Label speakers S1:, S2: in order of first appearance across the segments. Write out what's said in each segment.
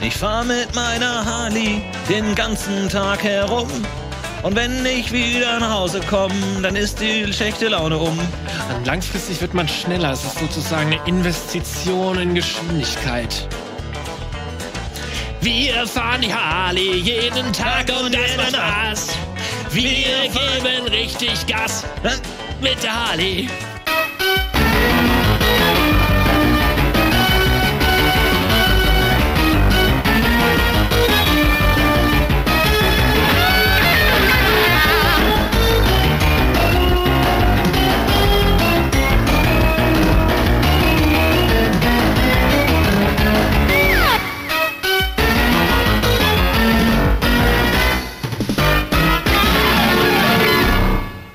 S1: Ich fahr mit meiner Harley den ganzen Tag herum. Und wenn ich wieder nach Hause komme, dann ist die schlechte Laune um.
S2: Äh,
S3: Und langfristig wird man schneller. Es ist sozusagen eine Investition in Geschwindigkeit.
S2: Wir fahren die Harley jeden Tag und das macht Spaß. Wir geben richtig Gas mit der Harley.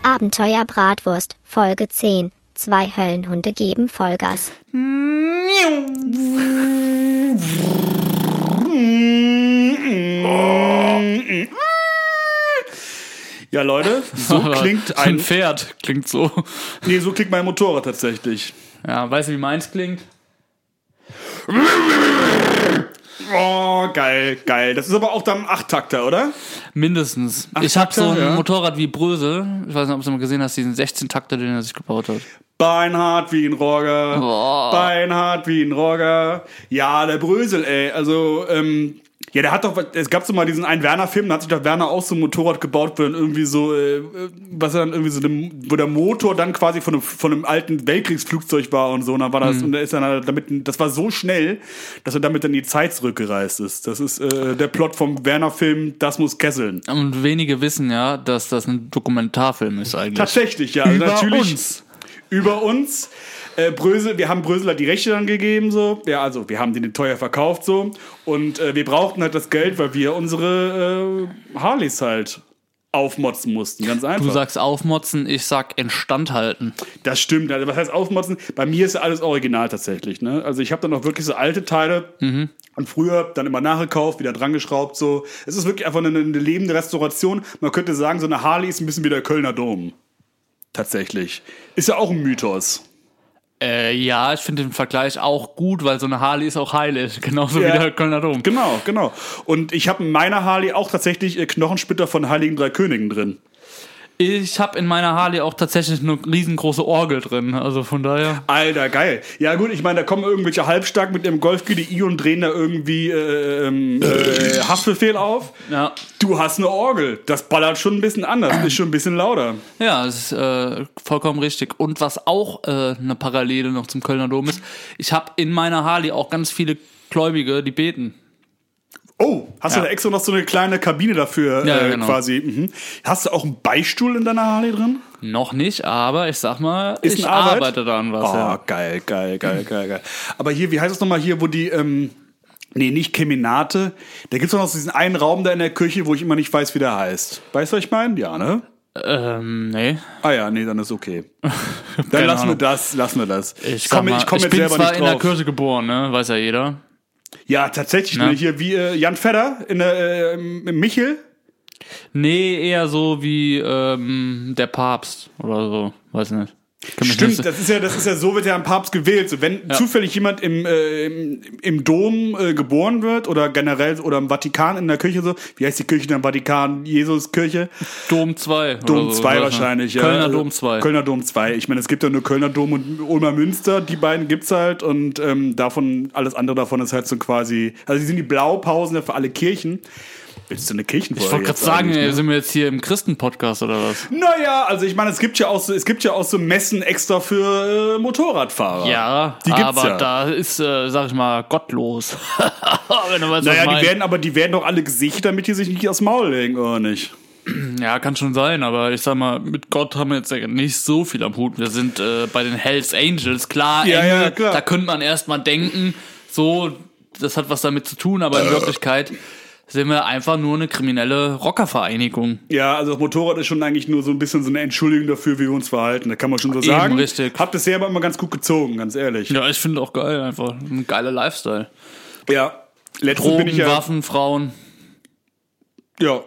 S4: Abenteuer Bratwurst, Folge 10. Zwei Höllenhunde geben Vollgas.
S5: Ja, Leute, so
S6: Aber
S5: klingt
S6: ein
S5: ein.
S6: Pferd. Klingt so.
S5: Nee, so klingt mein Motorrad tatsächlich.
S6: Ja, weißt du, wie meins klingt?
S5: Oh, geil, geil. Das ist aber auch dann ein Achttakter, oder?
S6: Mindestens. ich habe
S5: Takte,
S6: so ein
S5: ja.
S6: Motorrad wie Brösel. Ich weiß nicht, ob du mal gesehen hast, diesen 16-Takter, den er sich gebaut hat.
S5: Beinhard wie ein Rogger. Beinhard wie ein Rogger. Ja, der Brösel, ey. Also, ähm, ja, der hat doch, es gab so mal diesen einen Werner-Film, da hat sich doch Werner auch so ein Motorrad gebaut, wo dann irgendwie so, äh, was er dann irgendwie so, dem, wo der Motor dann quasi von einem, von einem alten Weltkriegsflugzeug war und so, und dann war das, und da ist dann halt damit, das war so schnell, dass er damit dann die Zeit zurückgereist ist. Das ist, äh, der Plot vom Werner-Film, das muss kesseln.
S6: Und wenige wissen ja, dass das ein Dokumentarfilm ist eigentlich.
S5: Tatsächlich, ja. Also
S6: Über
S5: natürlich
S6: uns.
S5: Über uns. Äh, Brösel, wir haben Bröseler die Rechte dann gegeben, so. Ja, also wir haben den teuer verkauft, so. Und äh, wir brauchten halt das Geld, weil wir unsere äh, Harleys halt aufmotzen mussten. Ganz einfach.
S6: Du sagst aufmotzen, ich sag instandhalten.
S5: das stimmt. Also, was heißt aufmotzen? Bei mir ist ja alles original tatsächlich, ne? Also, ich habe dann auch wirklich so alte Teile. Und früher dann immer nachgekauft, wieder drangeschraubt, so. Es ist wirklich einfach eine, eine lebende Restauration. Man könnte sagen, so eine Harley ist ein bisschen wie der Kölner Dom. Tatsächlich. Ist ja auch ein Mythos.
S6: Äh, ja, ich finde den Vergleich auch gut, weil so eine Harley ist auch heilig. Genauso
S5: Ja.
S6: wie der Kölner Dom.
S5: Genau, genau. Und ich habe in meiner Harley auch tatsächlich äh, Knochensplitter von Heiligen Drei Königen drin.
S6: Ich habe in meiner Harley auch tatsächlich eine riesengroße Orgel drin. Also von daher.
S5: Alter, geil. Ja gut, ich meine, da kommen irgendwelche halbstark mit ihrem Golf GDI und drehen da irgendwie äh, ähm, äh, Haftbefehl auf.
S6: Ja,
S5: Du hast eine Orgel. Das ballert schon ein bisschen anders, ist schon ein bisschen lauter.
S6: ja das ist äh, vollkommen richtig. Und was auch äh, eine Parallele noch zum Kölner Dom ist, ich habe in meiner Harley auch ganz viele Gläubige, die beten.
S5: Oh, hast du da extra noch so eine kleine Kabine dafür
S6: Ja,
S5: äh,
S6: genau.
S5: quasi? Mhm. Hast du auch einen Beistuhl in deiner Harley drin?
S6: Noch nicht, aber ich sag mal,
S5: Ist
S6: ich
S5: eine Arbeit?
S6: arbeite da an was.
S5: Oh,
S6: Ja.
S5: geil, geil, geil, geil, geil. Aber hier, wie heißt das nochmal hier, wo die, ähm, nee, nicht Keminate, da gibt's doch noch so diesen einen Raum da in der Küche, wo ich immer nicht weiß, wie der heißt. Weißt du, was ich meine? Ja, ne?
S6: Ähm, nee.
S5: Ah ja, nee, dann ist okay. Dann lassen wir
S6: Ahnung.
S5: das, lassen wir das.
S6: Ich, sag mal, ich, bin zwar in der Kirche geboren, ne? weiß ja jeder.
S5: Ja, tatsächlich, ne? hier wie äh, Jan Fedder in der, äh, im Michel.
S6: Nee, eher so wie ähm, der Papst oder so, weiß nicht. Ich kann mich
S5: Stimmt,
S6: nicht-
S5: das ist ja, das ist ja so, wird ja ein Papst gewählt. So, wenn zufällig jemand im, äh, im, im Dom äh, geboren wird oder generell oder im Vatikan in der Kirche so, wie heißt die Kirche denn im Vatikan? Jesuskirche?
S6: Dom 2.
S5: Dom 2 wahrscheinlich, ja.
S6: ne? Kölner
S5: Also,
S6: Dom 2.
S5: Kölner Dom 2. Ich meine, es gibt ja nur Kölner Dom und Ulmer Münster, die beiden gibt's halt und ähm, davon, alles andere davon ist halt so quasi, also die sind die Blaupausen für alle Kirchen. Willst du eine Kirchenfolge?
S6: Ich wollte gerade
S5: jetzt
S6: sagen,
S5: eigentlich,
S6: ey,
S5: ne?
S6: sind wir jetzt hier im Christen-Podcast oder was?
S5: Naja, also ich meine, es gibt ja auch so, es gibt ja auch so Messen extra für äh, Motorradfahrer.
S6: Ja,
S5: die gibt's
S6: aber
S5: ja.
S6: da ist, äh, sag ich mal, gottlos. Wenn du weißt, was ich
S5: naja,
S6: mein.
S5: die werden, aber die werden doch alle gesichert, damit die sich nicht aufs Maul legen, oder nicht?
S6: ja, kann schon sein, aber ich sag mal, mit Gott haben wir jetzt ja nicht so viel am Hut. Wir sind äh, bei den Hells Angels, klar,
S5: Ja,
S6: Engel,
S5: ja, klar.
S6: da könnte man erstmal denken, so, das hat was damit zu tun,
S5: Äh.
S6: aber in Wirklichkeit sind wir einfach nur eine kriminelle Rockervereinigung.
S5: Ja, also das Motorrad ist schon eigentlich nur so ein bisschen so eine Entschuldigung dafür, wie wir uns verhalten. Da kann man schon so
S6: Eben,
S5: sagen.
S6: richtig.
S5: Hab bisher aber immer ganz gut gezogen, ganz ehrlich.
S6: Ja, ich finde auch geil, einfach ein geiler Lifestyle.
S5: Ja, letztens bin
S6: Drogen,
S5: ich ja.
S6: Waffen, Frauen.
S5: Ja,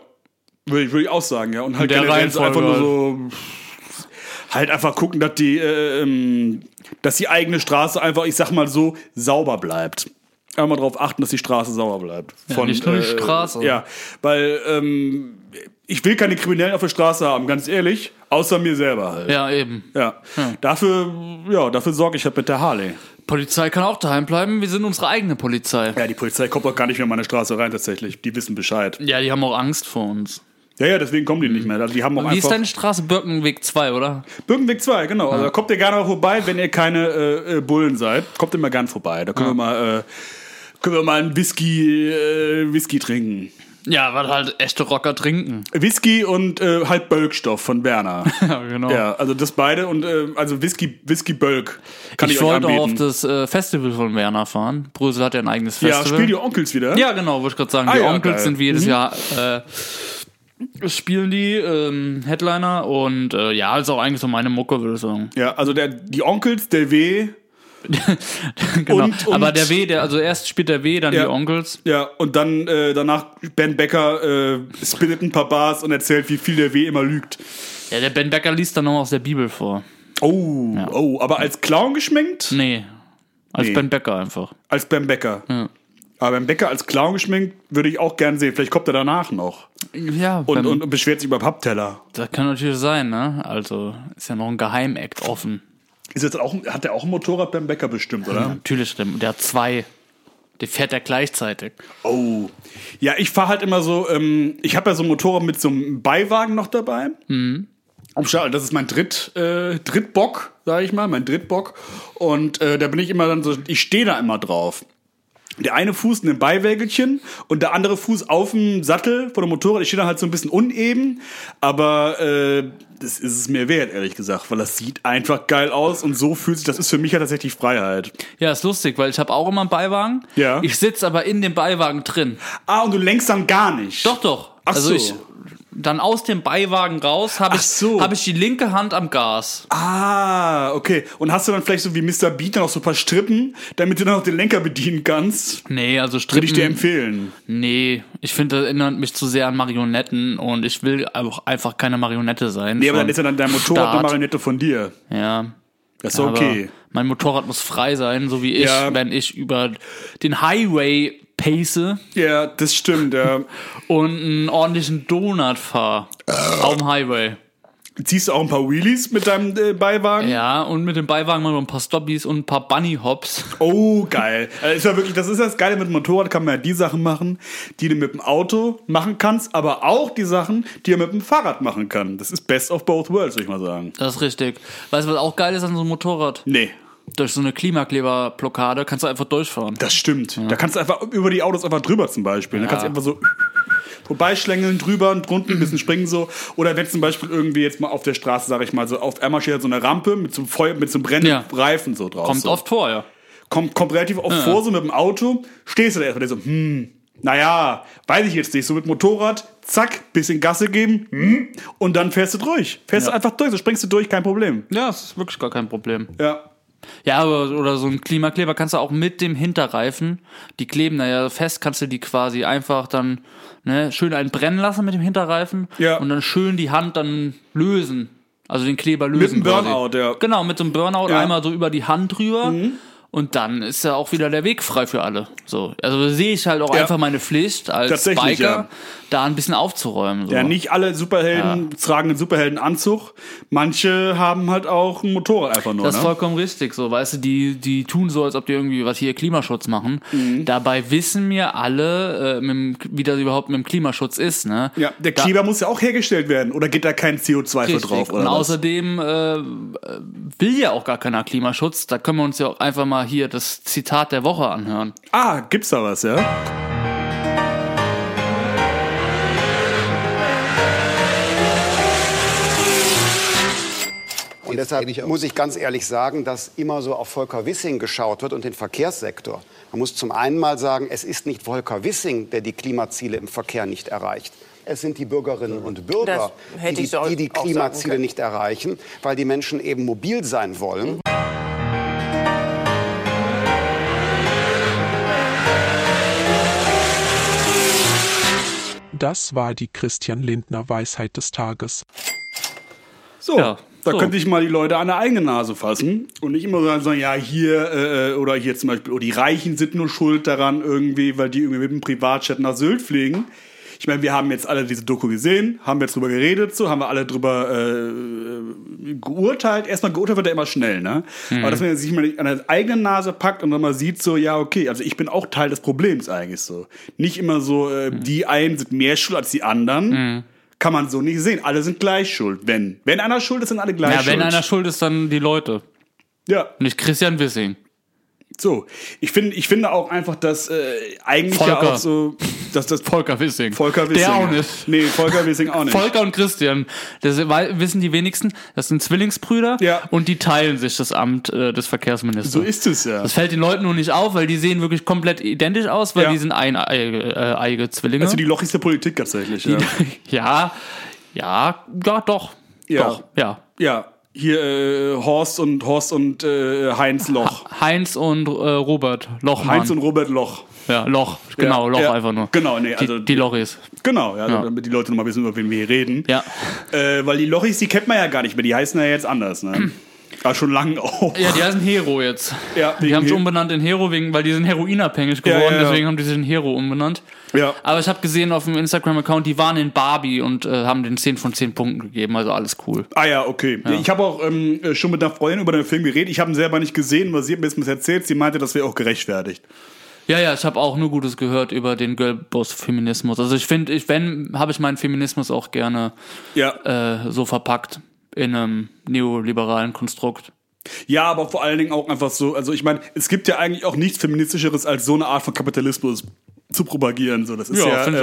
S5: würde ich, würde ich auch sagen, ja. Und halt
S6: der
S5: generell ist einfach
S6: Reihenfolge
S5: nur so. Halt einfach gucken, dass die, äh, ähm, dass die eigene Straße einfach, ich sag mal so, sauber bleibt. einmal darauf achten, dass die Straße sauber bleibt. Von, äh,
S6: nicht nur die Straße.
S5: Ja, weil ähm, ich will keine Kriminellen auf der Straße haben, ganz ehrlich, außer mir selber halt.
S6: Ja, eben.
S5: Ja. Dafür, ja, dafür sorge ich halt mit der Harley.
S6: Polizei kann auch daheim bleiben. Wir sind unsere eigene Polizei.
S5: Ja, die Polizei kommt auch gar nicht mehr in meine Straße rein tatsächlich. Die wissen Bescheid.
S6: Ja, die haben auch Angst vor uns.
S5: Ja, ja, deswegen kommen die nicht mehr. Also die haben auch
S6: Wie ist
S5: einfach.
S6: deine Straße? Birkenweg 2, oder?
S5: Birkenweg 2, genau. Also da kommt ihr gerne mal vorbei, wenn ihr keine äh, äh, Bullen seid. Kommt ihr mal gern vorbei. Da können wir mal, äh, können wir mal einen Whisky, äh, Whisky trinken.
S6: Ja, weil halt echte Rocker trinken.
S5: Whisky und äh, halt Bölkstoff von Werner.
S6: Ja, genau.
S5: ja, also das beide und äh, also Whisky, Whisky Bölk kann
S6: ich,
S5: ich, euch
S6: wollte
S5: anbieten.
S6: auf das äh, Festival von Werner fahren. Brüssel hat ja ein eigenes
S5: ja,
S6: Festival.
S5: spielt die Onkels wieder.
S6: Ja, genau, wollte ich gerade sagen.
S5: Ah,
S6: die
S5: ja,
S6: Onkels
S5: geil.
S6: sind wie jedes Jahr. Äh, spielen die ähm, Headliner und äh, ja, ist auch eigentlich so meine Mucke, würde ich sagen.
S5: Ja, also der, die Onkels, der W.
S6: Genau.
S5: Und- und-
S6: Aber der W, der, also erst spielt der W, dann
S5: Ja.
S6: die Onkels.
S5: Ja, und dann äh, danach Ben Becker äh, spinnet ein paar Bars und erzählt, wie viel der W immer lügt.
S6: Ja, der Ben Becker liest dann noch aus der Bibel vor.
S5: Oh, oh, aber als Clown geschminkt?
S6: Nee. Als
S5: Nee.
S6: Ben Becker einfach.
S5: Als Ben Becker. Aber Ben Becker als Clown geschminkt würde ich auch gern sehen. Vielleicht kommt er danach noch.
S6: Ja,
S5: Und,
S6: ben,
S5: und, und beschwert sich über Pappteller.
S6: das kann natürlich sein, ne? Also ist ja noch ein Geheimakt offen.
S5: Ist jetzt auch, hat er auch ein Motorrad Ben Becker bestimmt, oder?
S6: Natürlich, der, der hat zwei. Die fährt er gleichzeitig.
S5: Oh. Ja, ich fahre halt immer so, ähm, ich habe ja so ein Motorrad mit so einem Beiwagen noch dabei. Mhm. Das ist mein Dritt, äh, Drittbock, sage ich mal, mein Drittbock. Und äh, da bin ich immer dann so, ich stehe da immer drauf. Der eine Fuß in dem Beiwägelchen und der andere Fuß auf dem Sattel von dem Motorrad. Ich stehe da halt so ein bisschen uneben, aber äh, das ist es mir wert, ehrlich gesagt, weil das sieht einfach geil aus und so fühlt sich, das ist für mich ja tatsächlich Freiheit.
S6: Ja, ist lustig, weil ich habe auch immer einen Beiwagen.
S5: Ja.
S6: Ich sitze aber in dem Beiwagen drin.
S5: Ah, und du lenkst dann gar nicht.
S6: Doch, doch.
S5: Ach
S6: also
S5: so.
S6: ich dann aus dem Beiwagen raus habe
S5: Ach
S6: ich,
S5: so.
S6: hab ich die linke Hand am Gas.
S5: Ah, okay. Und hast du dann vielleicht so wie Mr. Beat dann noch so ein paar Strippen, damit du dann noch den Lenker bedienen kannst?
S6: Nee, also Strippen.
S5: Würde ich dir empfehlen.
S6: Nee, ich finde, das erinnert mich zu sehr an Marionetten und ich will auch einfach keine Marionette sein.
S5: Nee, aber dann
S6: Von
S5: ist ja dann dein Motorrad eine
S6: Staat.
S5: Marionette von dir.
S6: Ja.
S5: Das ist doch okay.
S6: Aber mein Motorrad muss frei sein, so wie ich,
S5: Ja.
S6: wenn ich über den Highway pace
S5: Ja, das stimmt. Ja.
S6: und einen ordentlichen Donut fahre.
S5: Äh.
S6: auf dem Highway.
S5: Ziehst du auch ein paar Wheelies mit deinem äh, Beiwagen?
S6: Ja, und mit dem Beiwagen mal noch ein paar Stoppies und ein paar Bunny Hops.
S5: Oh, geil. Also ist ja wirklich, das ist das Geile mit dem Motorrad, kann man ja die Sachen machen, die du mit dem Auto machen kannst, aber auch die Sachen, die du mit dem Fahrrad machen kannst. Das ist best of both worlds, würde ich mal sagen.
S6: Das ist richtig. Weißt du, was auch geil ist an so einem Motorrad?
S5: Nee,
S6: Durch so eine Klimakleberblockade kannst du einfach durchfahren.
S5: Das stimmt. Da kannst du einfach über die Autos einfach drüber zum Beispiel. Da kannst du einfach so vorbeischlängeln, drüber und drunten ein bisschen springen so. Oder wenn zum Beispiel irgendwie jetzt mal auf der Straße, sag ich mal, so auf einmal steht halt so eine Rampe mit so einem, Feuer, mit so einem brennenden
S6: Ja.
S5: Reifen so drauf.
S6: Kommt
S5: so.
S6: oft vor, ja.
S5: Kommt, kommt relativ oft vor, so mit dem Auto. Stehst du da erstmal der so, hm, naja, weiß ich jetzt nicht. So mit Motorrad, zack, bisschen Gasse geben hm, und dann fährst du durch. Fährst du einfach durch, so springst du durch, kein Problem.
S6: Ja, das ist wirklich gar kein Problem.
S5: Ja.
S6: Ja, aber, oder so ein Klimakleber kannst du auch mit dem Hinterreifen, die kleben da ja fest, kannst du die quasi einfach dann ne, schön einen brennen lassen mit dem Hinterreifen
S5: Ja.
S6: und dann schön die Hand dann lösen. Also den Kleber lösen.
S5: einem
S6: quasi.
S5: Burnout, ja.
S6: Genau, mit so einem Burnout
S5: Ja. Mhm.
S6: einmal so über die Hand drüber. Und dann ist ja auch wieder der Weg frei für alle. So, also sehe ich halt auch
S5: Ja.
S6: einfach meine Pflicht als
S5: Tatsächlich,
S6: Biker,
S5: ja.
S6: da ein bisschen aufzuräumen. So.
S5: Ja, nicht alle Superhelden tragen einen Superheldenanzug. Manche haben halt auch ein Motorrad einfach nur.
S6: Das
S5: ne?
S6: ist vollkommen richtig, so, weißt du, die, die tun so, als ob die irgendwie was hier Klimaschutz machen.
S5: Mhm.
S6: Dabei wissen wir alle, äh, mit, dem- wie das überhaupt mit dem Klimaschutz ist, ne?
S5: Ja, der
S6: Da-
S5: Kleber muss ja auch hergestellt werden. Oder geht da kein CO2 für
S6: Richtig.
S5: drauf? Oder
S6: Und
S5: was?
S6: außerdem äh, äh, will ja auch gar keiner Klimaschutz. Da können wir uns ja auch einfach mal hier das Zitat der Woche anhören.
S5: Ah, gibt's da was, ja?
S7: Und deshalb muss ich ganz ehrlich sagen, dass immer so auf Volker Wissing geschaut wird und den Verkehrssektor. Man muss zum einen mal sagen, es ist nicht Volker Wissing, der die Klimaziele im Verkehr nicht erreicht. Es sind die Bürgerinnen und Bürger,
S8: Das hätte
S7: die,
S8: ich so
S7: die die
S8: auch sagen
S7: Klimaziele
S8: können.
S7: nicht erreichen, weil die Menschen eben mobil sein wollen.
S9: Das war die Christian Lindner Weisheit des Tages.
S5: So.
S6: Ja,
S5: Da könnte ich mal die Leute an der eigenen Nase fassen und nicht immer so sagen, ja, hier äh, oder hier zum Beispiel, oh, die Reichen sind nur schuld daran irgendwie, weil die irgendwie mit dem Privatjet nach Sylt fliegen. Ich meine, wir haben jetzt alle diese Doku gesehen, haben jetzt drüber geredet, so haben wir alle drüber äh, geurteilt. Erstmal geurteilt wird ja immer schnell, ne?
S6: Mhm.
S5: Aber dass man sich mal an der eigenen Nase packt und dann mal sieht, so, ja, okay, also ich bin auch Teil des Problems eigentlich so. Nicht immer so, äh,
S6: Mhm.
S5: die einen sind mehr schuld als die anderen. Kann man so nicht sehen. Alle sind gleich schuld. Wenn. Wenn einer schuld ist, sind alle gleich
S6: Ja,
S5: schuld.
S6: wenn einer schuld ist, dann die Leute.
S5: ja,
S6: Nicht Christian Wissing.
S5: so. Ich finde, ich finde auch einfach, dass äh, eigentlich ja
S6: Volker.
S5: auch so, dass das
S6: Volker Wissing.
S5: Volker Wissing.
S6: Der auch nicht.
S5: Nee, Volker Wissing auch nicht.
S6: Volker und Christian, das wei- wissen die wenigsten, das sind Zwillingsbrüder
S5: Ja.
S6: und die teilen sich das Amt äh, des Verkehrsministers.
S5: so ist es ja.
S6: Das fällt den Leuten nur nicht auf, weil die sehen wirklich komplett identisch aus, weil
S5: Ja.
S6: die sind eineige äh, eige Zwillinge.
S5: Also die lochigste Politik tatsächlich. Ja.
S6: ja, ja, ja, doch.
S5: Ja.
S6: Doch, ja.
S5: ja. Hier äh, Horst und Horst und äh, Heinz Loch.
S6: Heinz und äh, Robert Lochmann.
S5: Heinz und Robert Loch.
S6: ja, Loch, genau,
S5: Ja,
S6: Loch
S5: ja.
S6: einfach nur.
S5: Genau, nee, also-
S6: die, die Lochis.
S5: Genau, ja,
S6: Ja.
S5: damit die Leute nochmal wissen, über wen wir hier reden.
S6: Ja.
S5: Äh, weil die Lochis, die kennt man ja gar nicht mehr, die heißen ja jetzt anders, ne? Aber schon lange auch.
S6: Ja, die heißen Hero jetzt.
S5: Ja,
S6: die
S5: wegen
S6: haben sich
S5: He-
S6: umbenannt in Hero, wegen, weil die sind heroinabhängig geworden,
S5: ja, ja.
S6: deswegen haben die sich in Hero umbenannt.
S5: Ja.
S6: Aber ich habe gesehen auf dem Instagram-Account, die waren in Barbie und äh, haben den 10 von 10 Punkten gegeben, also alles cool.
S5: Ah ja, okay. Ich habe auch ähm, äh, schon mit einer Freundin über den Film geredet. Ich habe ihn selber nicht gesehen, was sie hat mir jetzt erzählt. Sie meinte, das wäre auch gerechtfertigt.
S6: Ja, ja, ich habe auch nur Gutes gehört über den Girlboss-Feminismus. Also ich finde, ich, wenn, habe ich meinen Feminismus auch gerne
S5: Ja.
S6: äh, so verpackt in einem neoliberalen Konstrukt.
S5: Ja, aber vor allen Dingen auch einfach so, also ich meine, es gibt ja eigentlich auch nichts feministischeres als so eine Art von Kapitalismus zu propagieren. So, das ist
S6: Ja,
S5: ja,
S6: find ich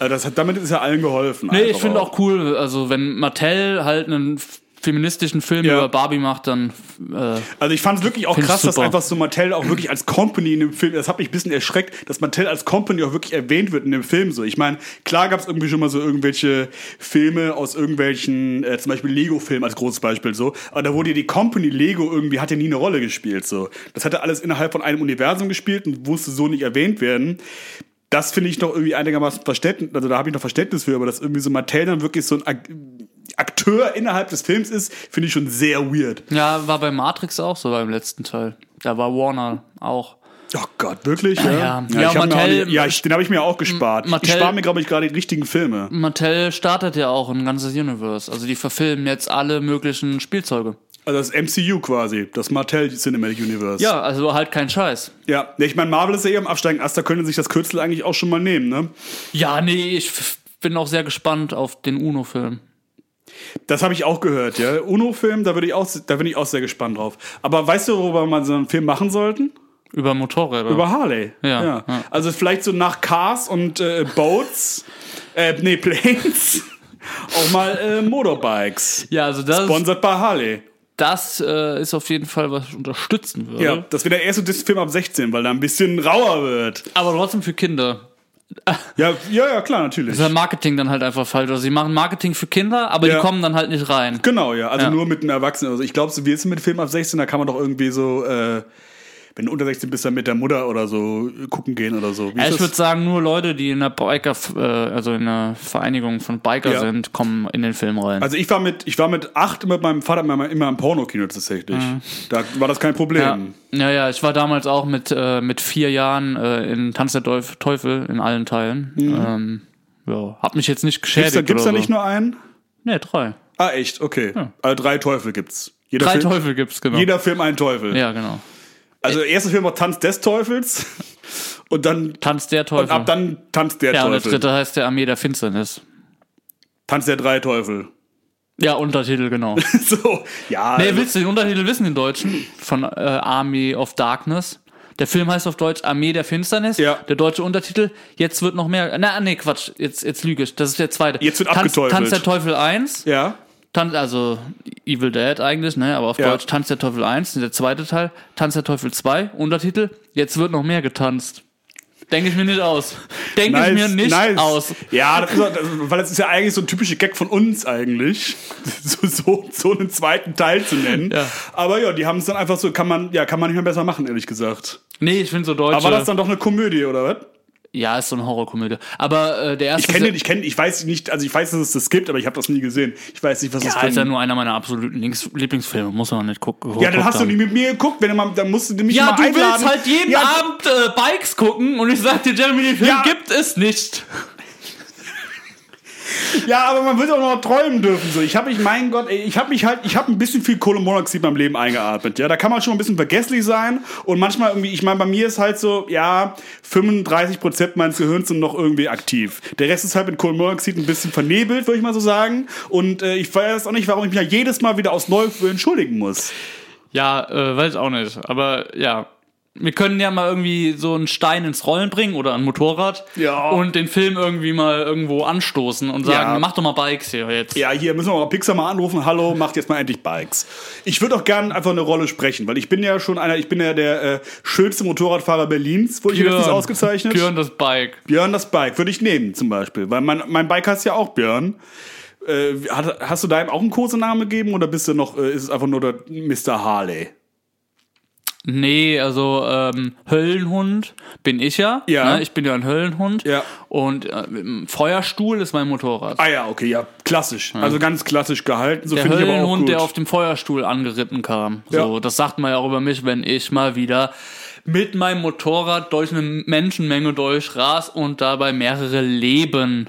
S5: äh, äh, das hat, damit ist ja allen geholfen.
S6: Nee, ich
S5: einfach
S6: finde auch cool, also wenn Mattel halt einen f- feministischen Film
S5: Ja.
S6: über Barbie macht, dann äh,
S5: Also ich fand es wirklich auch
S6: Find ich
S5: krass, dass
S6: super.
S5: einfach so Mattel auch wirklich als Company in dem Film, das hat mich ein bisschen erschreckt, dass Mattel als Company auch wirklich erwähnt wird in dem Film. So, ich meine, klar gab es irgendwie schon mal so irgendwelche Filme aus irgendwelchen, äh, zum Beispiel Lego-Film als großes Beispiel so, aber da wurde ja die Company Lego irgendwie hat ja nie eine Rolle gespielt so. Das hatte alles innerhalb von einem Universum gespielt und musste so nicht erwähnt werden. Das finde ich noch irgendwie einigermaßen Verständnis, also da habe ich noch Verständnis für, aber dass irgendwie so Mattel dann wirklich so ein Ak Akteur innerhalb des Films ist, finde ich schon sehr weird.
S6: ja, war bei Matrix auch so beim letzten Teil. Da war Warner auch.
S5: Oh Gott, wirklich? Ja,
S6: ja.
S5: ich
S6: Ja,
S5: hab mir auch
S6: Mattel-
S5: nicht, ja ich, den habe ich mir auch gespart.
S6: Mattel-
S5: ich spare mir, glaube ich, gerade die richtigen Filme.
S6: Mattel startet ja auch ein ganzes Universe. Also die verfilmen jetzt alle möglichen Spielzeuge.
S5: Also das MCU quasi, das Mattel Cinematic Universe.
S6: Ja, also halt kein Scheiß.
S5: ja. Nee, Ich meine, Marvel ist ja eh am Absteigen. Asta könnte sich das Kürzel eigentlich auch schon mal nehmen, ne?
S6: Ja, nee, ich f- bin auch sehr gespannt auf den UNO-Film.
S5: Das habe ich auch gehört, ja. UNO-Film, da, würde ich auch- da bin ich auch sehr gespannt drauf. Aber weißt du, worüber man so einen Film machen sollten?
S6: Über Motorräder.
S5: Über Harley.
S6: Ja, ja.
S5: Also vielleicht so nach Cars und äh, Boats, äh, nee, Planes, auch mal äh, Motorbikes.
S6: ja, also das,
S5: Sponsored bei Harley.
S6: das äh, ist auf jeden Fall, was ich unterstützen würde.
S5: Ja, das wäre der erste Disney-Film ab 16, weil da ein bisschen rauer wird.
S6: Aber trotzdem für Kinder.
S5: Ja, ja, ja klar, natürlich.
S6: Das ist ja Marketing dann halt einfach falsch. Also sie machen Marketing für Kinder, aber
S5: Ja.
S6: die kommen dann halt nicht rein.
S5: Genau, ja. Also
S6: Ja.
S5: nur mit einem Erwachsenen. Also ich glaube, so wie jetzt mit Film ab 16, da kann man doch irgendwie so, äh, wenn du unter 16 bist, dann mit der Mutter oder so äh, gucken gehen oder so. Wie
S6: Ja,
S5: ist
S6: ich
S5: das?
S6: würde sagen, nur Leute, die in der Biker, äh, also in der Vereinigung von Biker
S5: Ja.
S6: sind, kommen in den Film rein.
S5: also ich war mit, ich war mit acht mit meinem Vater immer, immer im Pornokino tatsächlich. Da war das kein Problem.
S6: Mhm. ja. ja, ja, ich war damals auch mit, äh, mit vier Jahren äh, in Tanz der Teuf- Teufel in allen Teilen. Ähm, ja, hab mich jetzt nicht geschädigt.
S5: Mhm. Gibt's da, gibt's da
S6: oder
S5: nicht
S6: so.
S5: nur einen?
S6: Nee, drei.
S5: Ah, echt, okay. Also drei Teufel gibt's. Jeder
S6: Drei
S5: Film,
S6: Teufel gibt's, genau.
S5: Jeder Film ein Teufel.
S6: ja, genau.
S5: Also erster Film war Tanz des Teufels und dann
S6: Tanz der Teufel.
S5: und ab dann Tanz der
S6: ja, und der
S5: Teufel.
S6: dritte heißt der Armee der Finsternis.
S5: Tanz der drei Teufel.
S6: Ja, Untertitel, genau.
S5: so, ja.
S6: Nee,
S5: also-
S6: willst du den Untertitel wissen, den deutschen? Von äh, Army of Darkness. Der Film heißt auf Deutsch Armee der Finsternis.
S5: Ja.
S6: Der deutsche Untertitel, jetzt wird noch mehr. Na, nee, Quatsch, jetzt, jetzt lüge ich. Das ist der zweite.
S5: Jetzt wird
S6: Tanz,
S5: abgeteufelt.
S6: Tanz der Teufel 1.
S5: ja.
S6: Tanz, also Evil Dead eigentlich, ne? Aber auf
S5: Ja.
S6: Deutsch Tanz der Teufel 1, der zweite Teil. Tanz der Teufel 2, Untertitel, jetzt wird noch mehr getanzt. Denke ich mir nicht aus. Denke ich mir nicht aus.
S5: Ja, das ist, auch- das- weil das ist ja eigentlich so ein typischer Gag von uns eigentlich, so, so, so einen zweiten Teil zu nennen.
S6: Ja.
S5: Aber ja, die haben es dann einfach so, kann man, ja, kann man nicht mehr besser machen, ehrlich gesagt.
S6: Nee, ich finde so deutsche.
S5: Aber war das dann doch eine Komödie, oder was?
S6: Ja, ist so eine Horrorkomödie. Aber äh, der
S5: Ich
S6: erste.
S5: kenne den, ich kenne, ich weiß nicht, also ich weiß, dass es das gibt, aber ich habe das nie gesehen. Ich weiß nicht, was
S6: ja,
S5: das
S6: ist
S5: für
S6: ja
S5: ein-
S6: nur einer meiner absoluten Lieblings- Lieblingsfilme. Muss man nicht gucken.
S5: Ja, dann hast du nie mit mir geguckt, wenn du mal, dann musst du mich
S6: Ja,
S5: mal
S6: du
S5: einladen.
S6: willst halt jeden
S5: ja,
S6: Abend äh, Bikes gucken und ich sag dir, Jeremy, den Film
S5: Ja.
S6: gibt es nicht.
S5: Ja, aber man wird auch noch träumen dürfen. So, ich habe mich, mein Gott, ey, ich habe mich halt, ich habe ein bisschen viel Kohlenmonoxid beim Leben eingeatmet. Ja, da kann man schon ein bisschen vergesslich sein und manchmal irgendwie, ich meine, bei mir ist halt so, ja, 35 Prozent meines Gehirns sind noch irgendwie aktiv. Der Rest ist halt mit Kohlenmonoxid ein bisschen vernebelt, würde ich mal so sagen. Und äh, ich weiß auch nicht, warum ich mich ja jedes Mal wieder aus Neu für entschuldigen muss.
S6: Ja, äh, weiß auch nicht. Aber ja. Wir können ja mal irgendwie so einen Stein ins Rollen bringen oder ein Motorrad
S5: Ja.
S6: und den Film irgendwie mal irgendwo anstoßen und sagen,
S5: Ja.
S6: mach doch mal Bikes hier jetzt.
S5: Ja, hier müssen wir mal Pixar mal anrufen. Hallo, macht jetzt mal endlich Bikes. Ich würde auch gern einfach eine Rolle sprechen, weil ich bin ja schon einer, ich bin ja der äh, schönste Motorradfahrer Berlins, wurde ich letztens ausgezeichnet.
S6: Björn das Bike.
S5: Björn das Bike würde ich nehmen zum Beispiel, weil mein, mein Bike heißt ja auch Björn. Äh, hat, hast du deinem auch einen Kosenamen gegeben oder bist du noch, äh, ist es einfach nur der Mr. Harley?
S6: Nee, also ähm, Höllenhund bin ich ja.
S5: Ja.
S6: Ne? Ich bin ja ein Höllenhund.
S5: Ja.
S6: Und äh, im Feuerstuhl ist mein Motorrad.
S5: Ah ja, okay, ja, klassisch. Also ganz klassisch gehalten, so
S6: Der
S5: finde ich aber auch
S6: Höllenhund,
S5: gut.
S6: der auf dem Feuerstuhl angeritten kam. So,
S5: Ja.
S6: das sagt man ja auch über mich, wenn ich mal wieder mit meinem Motorrad durch eine Menschenmenge durchras und dabei mehrere Leben.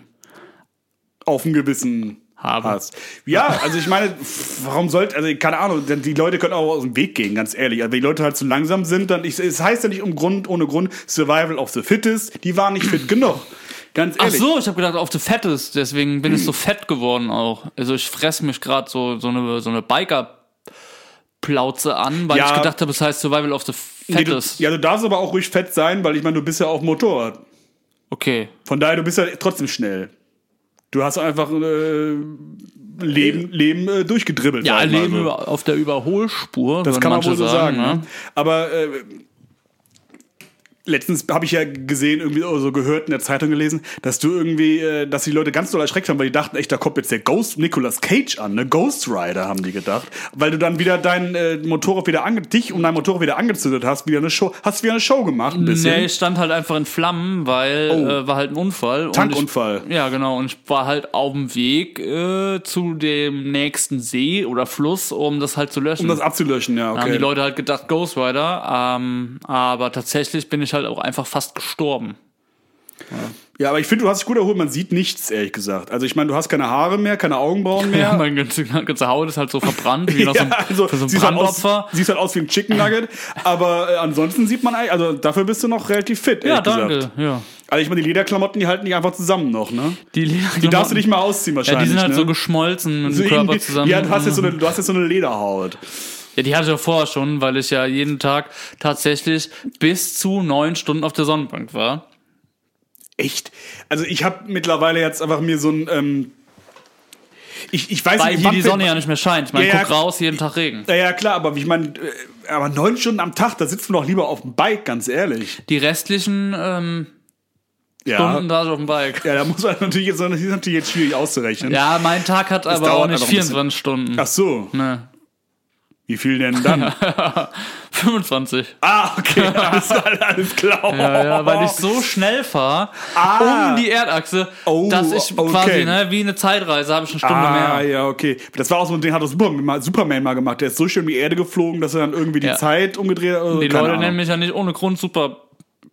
S5: auf dem Gewissen
S6: Haben.
S5: hast. Ja, also ich meine, pff, warum sollte, also keine Ahnung, denn die Leute können auch aus dem Weg gehen, ganz ehrlich. Also wenn die Leute halt zu langsam sind, dann, ich, es heißt ja nicht um Grund, ohne Grund, Survival of the Fittest, die waren nicht fit genug. Ganz
S6: Ach
S5: ehrlich. Hm.
S6: so, ich habe gedacht, auf the Fettes, deswegen bin ich so fett geworden auch. Also ich fress mich gerade so so eine so eine Biker Plauze an, weil
S5: Ja.
S6: ich gedacht habe, es heißt Survival of the
S5: Nee, du,
S6: Fettes.
S5: ja, du darfst aber auch ruhig fett sein, weil ich meine, du bist ja auch Motorrad.
S6: Okay.
S5: Von daher, du bist ja trotzdem schnell. Du hast einfach äh, Leben, Leben äh, durchgedribbelt.
S6: Ja,
S5: sag ich mal
S6: Leben
S5: so.
S6: über- auf der Überholspur.
S5: Das
S6: würden
S5: kann man
S6: manche
S5: wohl so sagen. ne?
S6: ne?
S5: Aber äh, letztens habe ich ja gesehen, irgendwie oder so gehört in der Zeitung gelesen, dass du irgendwie, äh, dass die Leute ganz doll erschreckt haben, weil die dachten, echt, da kommt jetzt der Ghost Nicolas Cage an, ne? Ghost Rider haben die gedacht, weil du dann wieder dein äh, Motorrad wieder ange dich und dein Motorrad wieder angezündet hast, wieder eine Show, hast wieder eine Show gemacht, ein bisschen.
S6: Nee, ich stand halt einfach in Flammen, weil äh, war halt ein Unfall. Und
S5: Oh. Tankunfall.
S6: Ich, ja, genau. Und ich war halt auf dem Weg äh, zu dem nächsten See oder Fluss, um das halt zu löschen.
S5: um das abzulöschen, ja,
S6: da haben
S5: okay.
S6: die Leute halt gedacht, Ghost Rider. Ähm, aber tatsächlich bin ich halt auch einfach fast gestorben.
S5: Ja, aber ich finde, du hast dich gut erholt, man sieht nichts, ehrlich gesagt. Also ich meine, du hast keine Haare mehr, keine Augenbrauen mehr.
S6: Ja. Mein ganze, ganze Haut ist halt so verbrannt, wie nach so einem, für so ein
S5: siehst halt, aus,
S6: Brandopfer.
S5: siehst halt aus wie ein Chicken Nugget, aber äh, ansonsten sieht man eigentlich, also dafür bist du noch relativ fit,
S6: Ja,
S5: ehrlich
S6: danke.
S5: gesagt.
S6: Ja.
S5: Also ich meine, die Lederklamotten, die halten dich einfach zusammen noch, ne?
S6: Die,
S5: Die darfst du nicht mal ausziehen
S6: Genau. Ja,
S5: wahrscheinlich,
S6: die sind halt
S5: ne?
S6: so geschmolzen mit
S5: So
S6: dem Körper
S5: irgendwie-
S6: zusammen.
S5: Ja, du hast jetzt so eine, du hast jetzt so eine Lederhaut.
S6: Ja, die hatte ich ja vorher schon, weil ich ja jeden Tag tatsächlich bis zu neun Stunden auf der Sonnenbank war.
S5: Echt? Also ich habe mittlerweile jetzt einfach mir so ein, ähm, ich, ich weiß
S6: Weil
S5: nicht,
S6: hier
S5: wann-
S6: die Sonne ja nicht mehr scheint. Man
S5: Ja, ja.
S6: guckt raus, jeden Tag Regen.
S5: Ja, ja, klar, aber ich meine, äh, aber neun Stunden am Tag, da sitzt man doch lieber auf dem Bike, ganz ehrlich.
S6: Die restlichen ähm,
S5: Ja.
S6: Stunden saß ich auf dem Bike.
S5: Ja, da muss man natürlich jetzt, das ist natürlich jetzt schwierig auszurechnen.
S6: Ja, mein Tag hat aber
S5: dauert
S6: auch nicht
S5: einfach ein bisschen.
S6: 24 Stunden.
S5: Ach so.
S6: Ne,
S5: Wie viel denn dann?
S6: 25.
S5: ah, okay, alles, alles klar.
S6: Ja, ja, weil ich so schnell fahre
S5: Ah.
S6: um die Erdachse,
S5: Oh,
S6: dass ich
S5: okay.
S6: quasi ne, wie eine Zeitreise habe ich eine Stunde
S5: Ah,
S6: mehr.
S5: ja, okay. Das war auch so ein Ding, hat das Superman mal, Superman mal gemacht. Der ist so schön um die Erde geflogen, dass er dann irgendwie die
S6: Ja.
S5: Zeit umgedreht hat. Also,
S6: Die
S5: keine
S6: Leute
S5: Ahnung.
S6: nennen mich ja nicht ohne Grund super.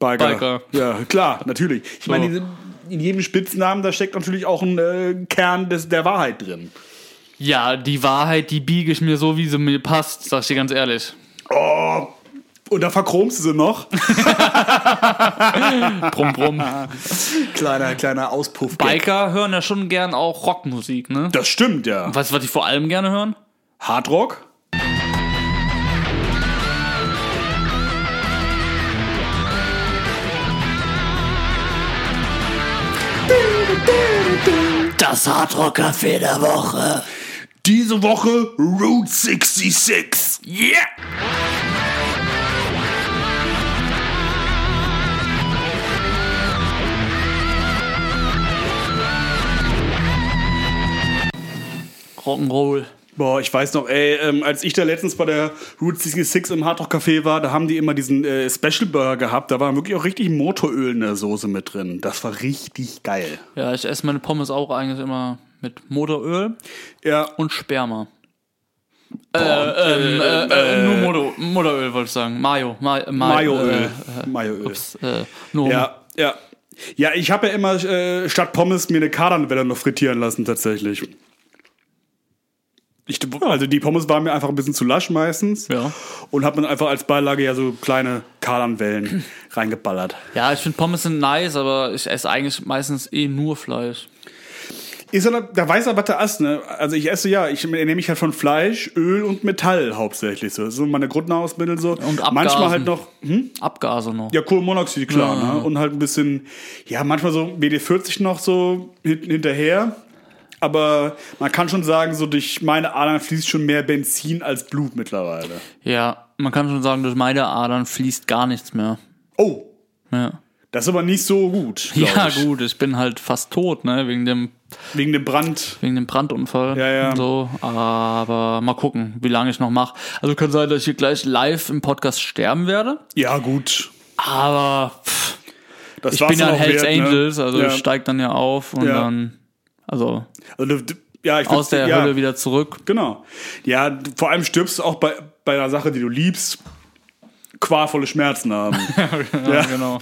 S5: Biker.
S6: Biker.
S5: Ja, klar, natürlich. Ich meine, diese- in jedem Spitznamen, da steckt natürlich auch ein äh, Kern des, der Wahrheit drin.
S6: Ja, die Wahrheit, die biege ich mir so, wie sie mir passt, sag ich dir ganz ehrlich.
S5: Oh, Und da verchromst du sie noch.
S6: Brumm, brumm.
S5: kleiner, kleiner Auspuff.
S6: Biker hören ja schon gern auch Rockmusik, ne?
S5: Das stimmt, ja.
S6: Weißt du, was die vor allem gerne hören?
S5: Hardrock?
S2: Das Hardrock-Café der Woche.
S5: Diese Woche Route 66. Yeah!
S6: Rock'n'Roll.
S5: Boah, ich weiß noch, ey, ähm, als ich da letztens bei der Route 66 im Hard Rock Café war, da haben die immer diesen äh, Special Burger gehabt. Da war wirklich auch richtig Motoröl in der Soße mit drin. Das war richtig geil.
S6: Ja, ich esse meine Pommes auch eigentlich immer mit Motoröl
S5: Ja,
S6: und Sperma. Äh, ähm, äh, äh, nur Motor, Motoröl wollte ich sagen. Mayo. Ma, Ma,
S5: Mayoöl.
S6: Äh,
S5: Mayoöl.
S6: ups, äh, nur
S5: Ja, ja. Ja, ich habe ja immer äh, statt Pommes mir eine Kardanwelle noch frittieren lassen, tatsächlich. Ich, also die Pommes waren mir einfach ein bisschen zu lasch meistens.
S6: Ja.
S5: Und habe dann einfach als Beilage ja so kleine Kardanwellen reingeballert.
S6: ja ich finde Pommes sind nice, aber ich esse eigentlich meistens eh nur Fleisch.
S5: Ist er, da weiß er, was er isst, ne? Also ich esse ja, ich ernähre mich halt von Fleisch, Öl und Metall hauptsächlich. So. Das sind meine Grundnahrungsmittel so.
S6: Und Abgasen.
S5: Manchmal halt noch, hm?
S6: Abgase noch.
S5: Ja, Kohlenmonoxid, klar. Ne?
S6: Mhm.
S5: Und halt ein bisschen, ja, manchmal so BD40 noch so hinten hinterher. Aber man kann schon sagen, so durch meine Adern fließt schon mehr Benzin als Blut mittlerweile.
S6: Ja, man kann schon sagen, durch meine Adern fließt gar nichts mehr.
S5: Oh,
S6: Ja,
S5: das ist aber nicht so gut. glaub
S6: ja
S5: ich.
S6: gut, ich bin halt fast tot, ne, wegen dem,
S5: Wegen dem Brand.
S6: wegen dem Brandunfall.
S5: Ja, ja.
S6: und So, aber mal gucken, wie lange ich noch mache. Also kann sein, dass ich hier gleich live im Podcast sterben werde,
S5: Ja, gut.
S6: aber pff,
S5: Das
S6: ich
S5: war's
S6: bin ja
S5: dann
S6: ein
S5: auch
S6: Hells
S5: wert, ne?
S6: Angels, also
S5: ja.
S6: ich steig dann ja auf und
S5: Ja.
S6: dann, also
S5: Also, du- ja, ich
S6: aus
S5: würd-
S6: der
S5: ja.
S6: Hölle wieder zurück.
S5: Genau. Ja, du- vor allem stirbst du auch bei, bei einer Sache, die du liebst, qualvolle Schmerzen haben. ja,
S6: genau.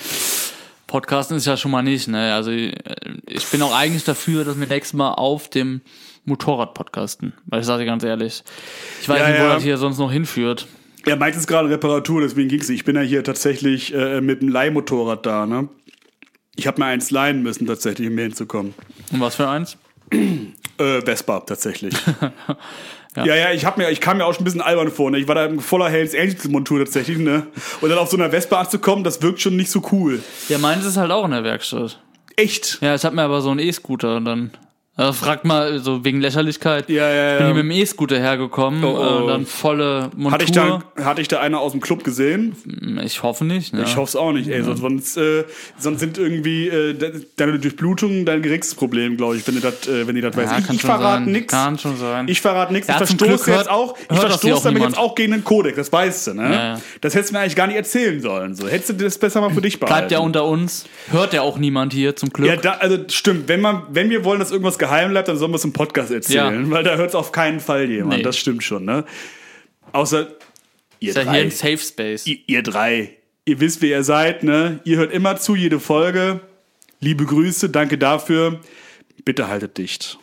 S6: Podcasten ist ja schon mal nicht, ne? Also äh, ich bin auch eigentlich dafür, dass wir nächstes Mal auf dem Motorrad podcasten. Weil ich sage dir ganz ehrlich, ich weiß
S5: Ja,
S6: nicht, wo
S5: ja.
S6: das hier sonst noch hinführt.
S5: Er meint es gerade Reparatur, deswegen ging's nicht. Ich bin ja hier tatsächlich äh, mit einem Leihmotorrad da, ne? Ich habe mir eins leihen müssen, tatsächlich, um hier hinzukommen.
S6: Und was für eins?
S5: Äh, Vespa, tatsächlich. ja. ja, ich hab mir, ich kam mir auch schon ein bisschen albern vor, ne? Ich war da in voller Hells Angels Montur tatsächlich, ne? Und dann auf so einer Vespa anzukommen, das wirkt schon nicht so cool.
S6: Ja, meins ist halt auch in der Werkstatt.
S5: Echt?
S6: Ja, ich hab mir aber so einen E-Scooter und dann. Also fragt mal, so wegen Lächerlichkeit.
S5: Ja, ja,
S6: Ich bin
S5: ja.
S6: hier mit dem E-Scooter hergekommen
S5: Oh, oh.
S6: äh, und dann volle Montur.
S5: Hatte ich, da, hatte ich da einer aus dem Club gesehen?
S6: ich hoffe nicht. Ne?
S5: Ich hoffe es auch nicht, ey. Sonst, sonst, äh, sonst sind irgendwie äh, de- deine Durchblutungen dein geringstes Problem, glaube ich, wenn du das äh, wenn ihr das
S6: Ja,
S5: weißt.
S6: kann
S5: Ich, ich
S6: schon
S5: verrate
S6: sein.
S5: nichts.
S6: Kann schon sein.
S5: Ich verrate nichts.
S6: Ja,
S5: ich
S6: zum
S5: verstoße
S6: Glück hört-
S5: jetzt auch. Ich
S6: hört das hier
S5: verstoße
S6: auch
S5: damit
S6: niemand.
S5: jetzt auch gegen den Kodex, das weißt du, ne?
S6: Ja, ja.
S5: Das hättest du mir eigentlich gar nicht erzählen sollen. So. Hättest du das besser mal für dich behalten.
S6: Bleibt ja unter uns. Hört ja auch niemand hier zum Glück.
S5: Ja, da, also stimmt, wenn, man, wenn wir wollen, dass irgendwas geheim bleibt, dann sollen wir es im Podcast erzählen, weil da hört es auf keinen Fall jemand.
S6: Nee.
S5: Das stimmt schon, ne? Außer ihr
S6: ist ja hier
S5: drei.
S6: ein Safe Space.
S5: ihr, ihr drei, ihr wisst, wer ihr seid, ne? Ihr hört immer zu, jede Folge. Liebe Grüße, danke dafür. Bitte haltet dicht.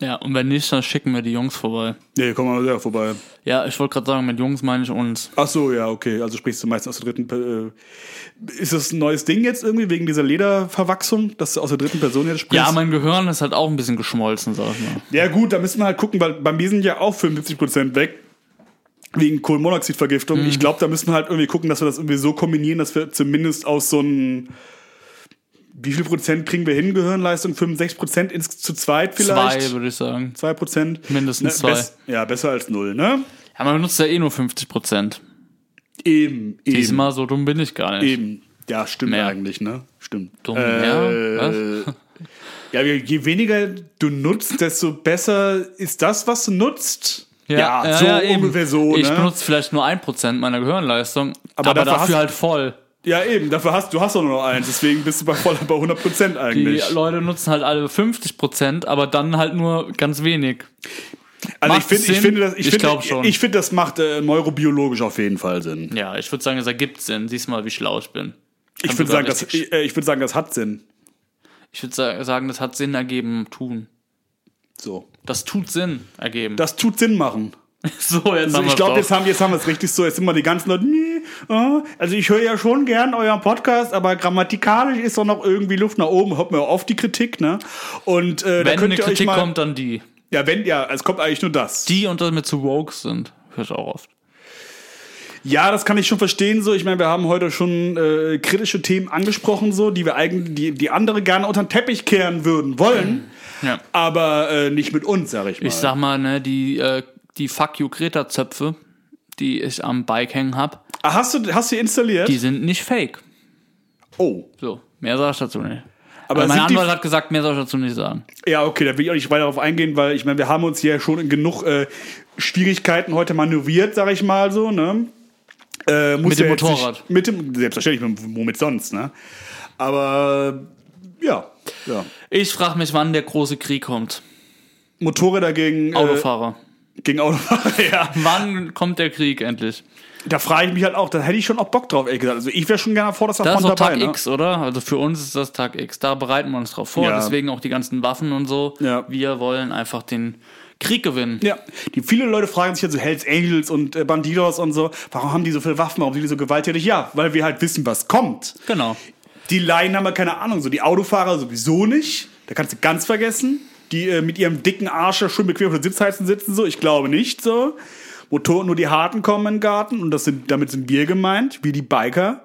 S6: Ja, und wenn nicht, dann schicken wir die Jungs vorbei.
S5: Ja, hier kommen wir mal sehr vorbei.
S6: Ja, ich wollte gerade sagen, mit Jungs meine ich uns.
S5: Ach so, ja, okay. Also sprichst du meistens aus der dritten Person. Ist das ein neues Ding jetzt irgendwie wegen dieser Lederverwachsung, dass du aus der dritten Person jetzt sprichst?
S6: Ja, mein Gehirn ist halt auch ein bisschen geschmolzen, sag ich mal.
S5: ja gut, da müssen wir halt gucken, weil bei mir sind ja auch 75% weg wegen Kohlenmonoxidvergiftung.
S6: Mhm.
S5: Ich glaube, da müssen wir halt irgendwie gucken, dass wir das irgendwie so kombinieren, dass wir zumindest aus so einem wie viel Prozent kriegen wir hin, Gehirnleistung? 65 Prozent ins, zu zweit vielleicht?
S6: Zwei, würde ich sagen.
S5: Zwei Prozent?
S6: Mindestens
S5: Ne,
S6: zwei.
S5: bess- ja, besser als null, ne?
S6: Ja, man benutzt ja eh nur 50 Prozent.
S5: Eben, eben.
S6: Diesmal so dumm bin ich gar nicht.
S5: Eben. Ja, stimmt
S6: Mehr.
S5: eigentlich, ne? Stimmt.
S6: Dumm,
S5: äh, ja, je weniger du nutzt, desto besser ist das, was du nutzt. so
S6: eben.
S5: ungefähr so,
S6: Ich
S5: ne?
S6: benutze vielleicht nur ein Prozent meiner Gehirnleistung, aber,
S5: dafür
S6: dafür,
S5: hast-
S6: halt voll.
S5: Ja, eben, dafür hast du hast auch nur noch eins, deswegen bist du bei voll bei 100 Prozent
S6: Die
S5: eigentlich.
S6: Leute nutzen halt alle 50 Prozent, aber dann halt nur ganz wenig.
S5: also ich
S6: macht
S5: finde,
S6: es
S5: ich
S6: Sinn?
S5: finde das, ich,
S6: Ich
S5: finde,
S6: glaub schon.
S5: ich finde, das macht äh, neurobiologisch auf jeden Fall Sinn.
S6: Ja, ich würde sagen, es ergibt Sinn. Siehst mal, wie schlau ich bin.
S5: Ich
S6: Hab
S5: würde
S6: sogar
S5: sagen, das,
S6: richtig-
S5: ich, äh, ich würde sagen, das hat Sinn.
S6: ich würde sa- sagen, das hat Sinn ergeben, tun.
S5: So,
S6: Das tut Sinn ergeben.
S5: das tut Sinn machen.
S6: so, jetzt
S5: Also ich glaube, jetzt haben, jetzt haben wir es richtig so. Jetzt sind wir die ganzen Leute, nee, ah, also ich höre ja schon gern euren Podcast, aber grammatikalisch ist doch noch irgendwie Luft nach oben. Hört mir auf die Kritik, ne? Und äh, da
S6: Wenn
S5: könnt
S6: eine
S5: ihr euch
S6: Kritik
S5: mal,
S6: kommt, dann die.
S5: Ja, wenn, ja, es kommt eigentlich nur das.
S6: Die und damit zu woke sind. Hör ich auch oft.
S5: Ja, das kann ich schon verstehen. So, ich meine, wir haben heute schon äh, kritische Themen angesprochen, so, die wir eigentlich, die, die andere gerne unter den Teppich kehren würden wollen,
S6: Ja.
S5: aber äh, nicht mit uns, sag ich mal.
S6: Ich sag mal, ne, die, äh, die Fuck You Greta-Zöpfe, die ich am Bike hängen hab,
S5: Ah, hast du, hast du installiert?
S6: die sind nicht fake.
S5: oh,
S6: So, mehr sag ich dazu nicht.
S5: Aber
S6: Aber mein
S5: sind die-
S6: Anwalt Also hat gesagt, mehr soll ich dazu nicht sagen.
S5: Ja, okay, da will ich auch nicht weiter darauf eingehen, weil ich meine, wir haben uns hier schon in genug äh, Schwierigkeiten heute manövriert, sag ich mal so, ne? Äh, muss
S6: Mit dem
S5: ja jetzt
S6: Motorrad.
S5: Nicht, mit dem, selbstverständlich, mit- womit sonst, ne? Aber äh, ja. ja.
S6: Ich frage mich, wann der große Krieg kommt.
S5: Motorräder gegen
S6: Autofahrer.
S5: Äh, gegen Autofahrer, ja.
S6: Wann kommt der Krieg endlich?
S5: Da frage ich mich halt auch, da hätte ich schon auch Bock drauf, ehrlich gesagt. Also ich wäre schon gerne vor, dass
S6: Das ist doch
S5: dabei,
S6: Tag
S5: ne?
S6: X, oder? Also für uns ist das Tag X. Da bereiten wir uns drauf vor.
S5: Ja.
S6: Deswegen auch die ganzen Waffen und so.
S5: Ja.
S6: Wir wollen einfach den Krieg gewinnen.
S5: Ja, die viele Leute fragen sich jetzt so Hells Angels und äh, Bandidos und so, warum haben die so viele Waffen, warum sind die so gewalttätig? Ja, weil wir halt wissen, was kommt.
S6: Genau.
S5: Die Laien haben ja keine Ahnung, so die Autofahrer sowieso nicht, da kannst du ganz vergessen. Die äh, mit ihrem dicken Arsch da schön bequem auf den Sitzheizen sitzen, so, ich glaube nicht, so. Motor, nur die Harten kommen in den Garten und das sind, damit sind wir gemeint, wir die Biker.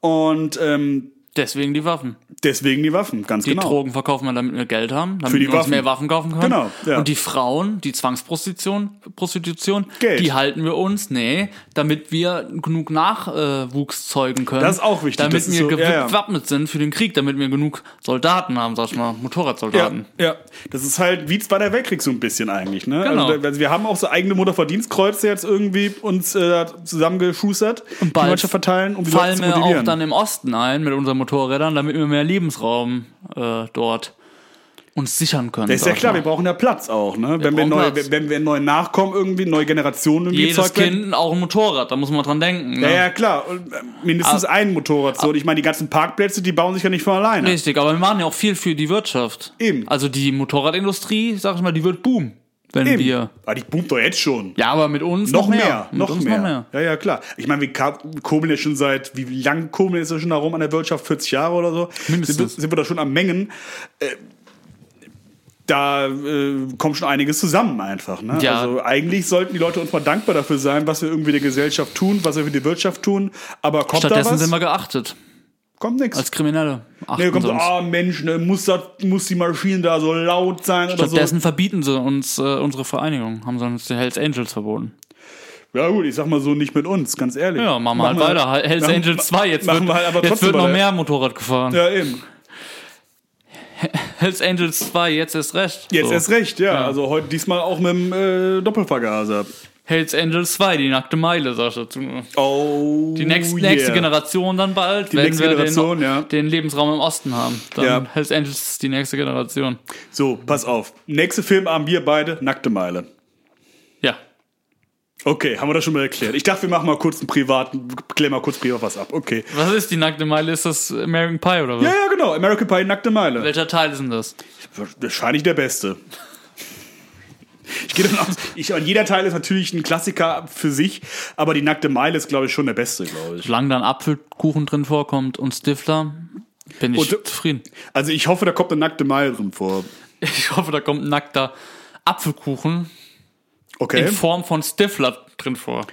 S5: Und ähm,
S6: Deswegen die Waffen.
S5: deswegen die Waffen, ganz
S6: Die
S5: genau.
S6: Drogen verkaufen wir, damit wir Geld haben, damit
S5: Für die
S6: wir uns
S5: Waffen.
S6: mehr Waffen kaufen können.
S5: Genau, ja.
S6: Und die Frauen, die Zwangsprostitution, Prostitution,
S5: Geld.
S6: die halten wir uns, nee, damit wir genug Nachwuchs zeugen können.
S5: Das ist auch wichtig, das
S6: Damit
S5: ist so-
S6: wir
S5: ja, ja.
S6: gewappnet sind für den Krieg, damit wir genug Soldaten haben, sag ich mal,
S5: Ja,
S6: Motorradsoldaten.
S5: ja, das ist halt wie Zweiter Weltkrieg so ein bisschen eigentlich. Ne?
S6: Genau.
S5: Also, da- also wir haben auch so eigene Motorverdienstkreuze jetzt irgendwie uns äh, zusammengeschustert, und die Leute verteilen, um die Leute
S6: fallen
S5: zu
S6: wir auch
S5: motivieren.
S6: dann im Osten ein mit unseren Motorrädern, damit wir mehr Lebensraum äh, dort uns sichern können.
S5: das ist ja
S6: sag ich
S5: klar,
S6: mal.
S5: wir brauchen ja Platz auch, ne? Wenn wir,
S6: brauchen
S5: neue,
S6: Platz.
S5: wenn wir neue Nachkommen irgendwie, neue Generationen irgendwie
S6: Jedes
S5: gezeugt werden.
S6: Kind auch ein Motorrad, da muss man dran denken.
S5: Ja,
S6: ne? Ah.
S5: ja, klar. Und, äh, mindestens ein Motorrad. So. Und ich meine, die ganzen Parkplätze, die bauen sich ja nicht von alleine.
S6: Richtig, aber wir machen ja auch viel für die Wirtschaft.
S5: Eben.
S6: Also die Motorradindustrie, sag ich mal, die wird boom, wenn
S5: Eben.
S6: wir.
S5: Ah, die boomt doch jetzt schon.
S6: Ja, aber mit uns
S5: Noch mehr,
S6: Mit
S5: noch
S6: uns
S5: mehr. Ja, ja, klar. Ich meine, wir ka- kurbeln ja schon seit, wie lang kurbeln ist ja schon da rum an der Wirtschaft? 40 Jahre oder so?
S6: Mindestens.
S5: Sind wir, sind wir da schon am Mengen? Äh, da äh, kommt schon einiges zusammen einfach. Ne?
S6: Ja.
S5: Also eigentlich sollten die Leute uns mal dankbar dafür sein, was wir irgendwie der Gesellschaft tun, was wir für die Wirtschaft tun. Aber kommt da
S6: Stattdessen
S5: was?
S6: sind wir geachtet
S5: kommt nichts.
S6: als Kriminelle. Achten
S5: Nee, kommt
S6: sie
S5: so,
S6: uns.
S5: ah Mensch, ne, muss, das, muss die Maschine da so laut sein oder so.
S6: Stattdessen verbieten sie uns äh, unsere Vereinigung, haben sie uns die Hells Angels verboten.
S5: Ja gut, ich sag mal so, nicht mit uns, ganz ehrlich.
S6: Ja, machen wir halt
S5: Machen wir-
S6: weiter. Hells
S5: machen-
S6: Angels 2, jetzt
S5: machen
S6: wird,
S5: wir halt aber
S6: jetzt
S5: trotzdem
S6: wird noch
S5: weiter.
S6: mehr Motorrad gefahren.
S5: Ja, eben.
S6: Hells Angels 2, jetzt erst recht.
S5: Jetzt
S6: So.
S5: erst recht, ja. Also heute diesmal auch mit dem äh, Doppelvergaser.
S6: Hells Angels 2, die nackte Meile, sag ich dazu. nur.
S5: Oh.
S6: Die nächst, nächste Generation dann bald, wenn
S5: nächste
S6: wir
S5: Generation,
S6: den,
S5: ja.
S6: den Lebensraum im Osten haben. Dann
S5: Ja.
S6: Hells Angels ist die nächste Generation.
S5: So, pass auf. Nächste Film haben wir beide Nackte Meile.
S6: Ja.
S5: Okay, haben wir das schon mal erklärt. Ich dachte, wir machen mal kurz einen privaten, klären mal kurz privat was ab. Okay.
S6: Was ist die nackte Meile? Ist das American Pie oder was?
S5: Ja, ja, genau. American Pie, Nackte Meile.
S6: Welcher Teil ist denn das?
S5: Wahrscheinlich der beste. Ich gehe davon aus, ich, und jeder Teil ist natürlich ein Klassiker für sich, aber die Nackte Meile ist, glaube ich, schon der beste, glaube ich.
S6: Solange da ein Apfelkuchen drin vorkommt und Stifler, bin ich
S5: Und-
S6: zufrieden.
S5: Also ich hoffe, da kommt eine Nackte Meile drin vor.
S6: Ich hoffe, da kommt ein nackter Apfelkuchen
S5: Okay.
S6: in Form von Stifler drin vor.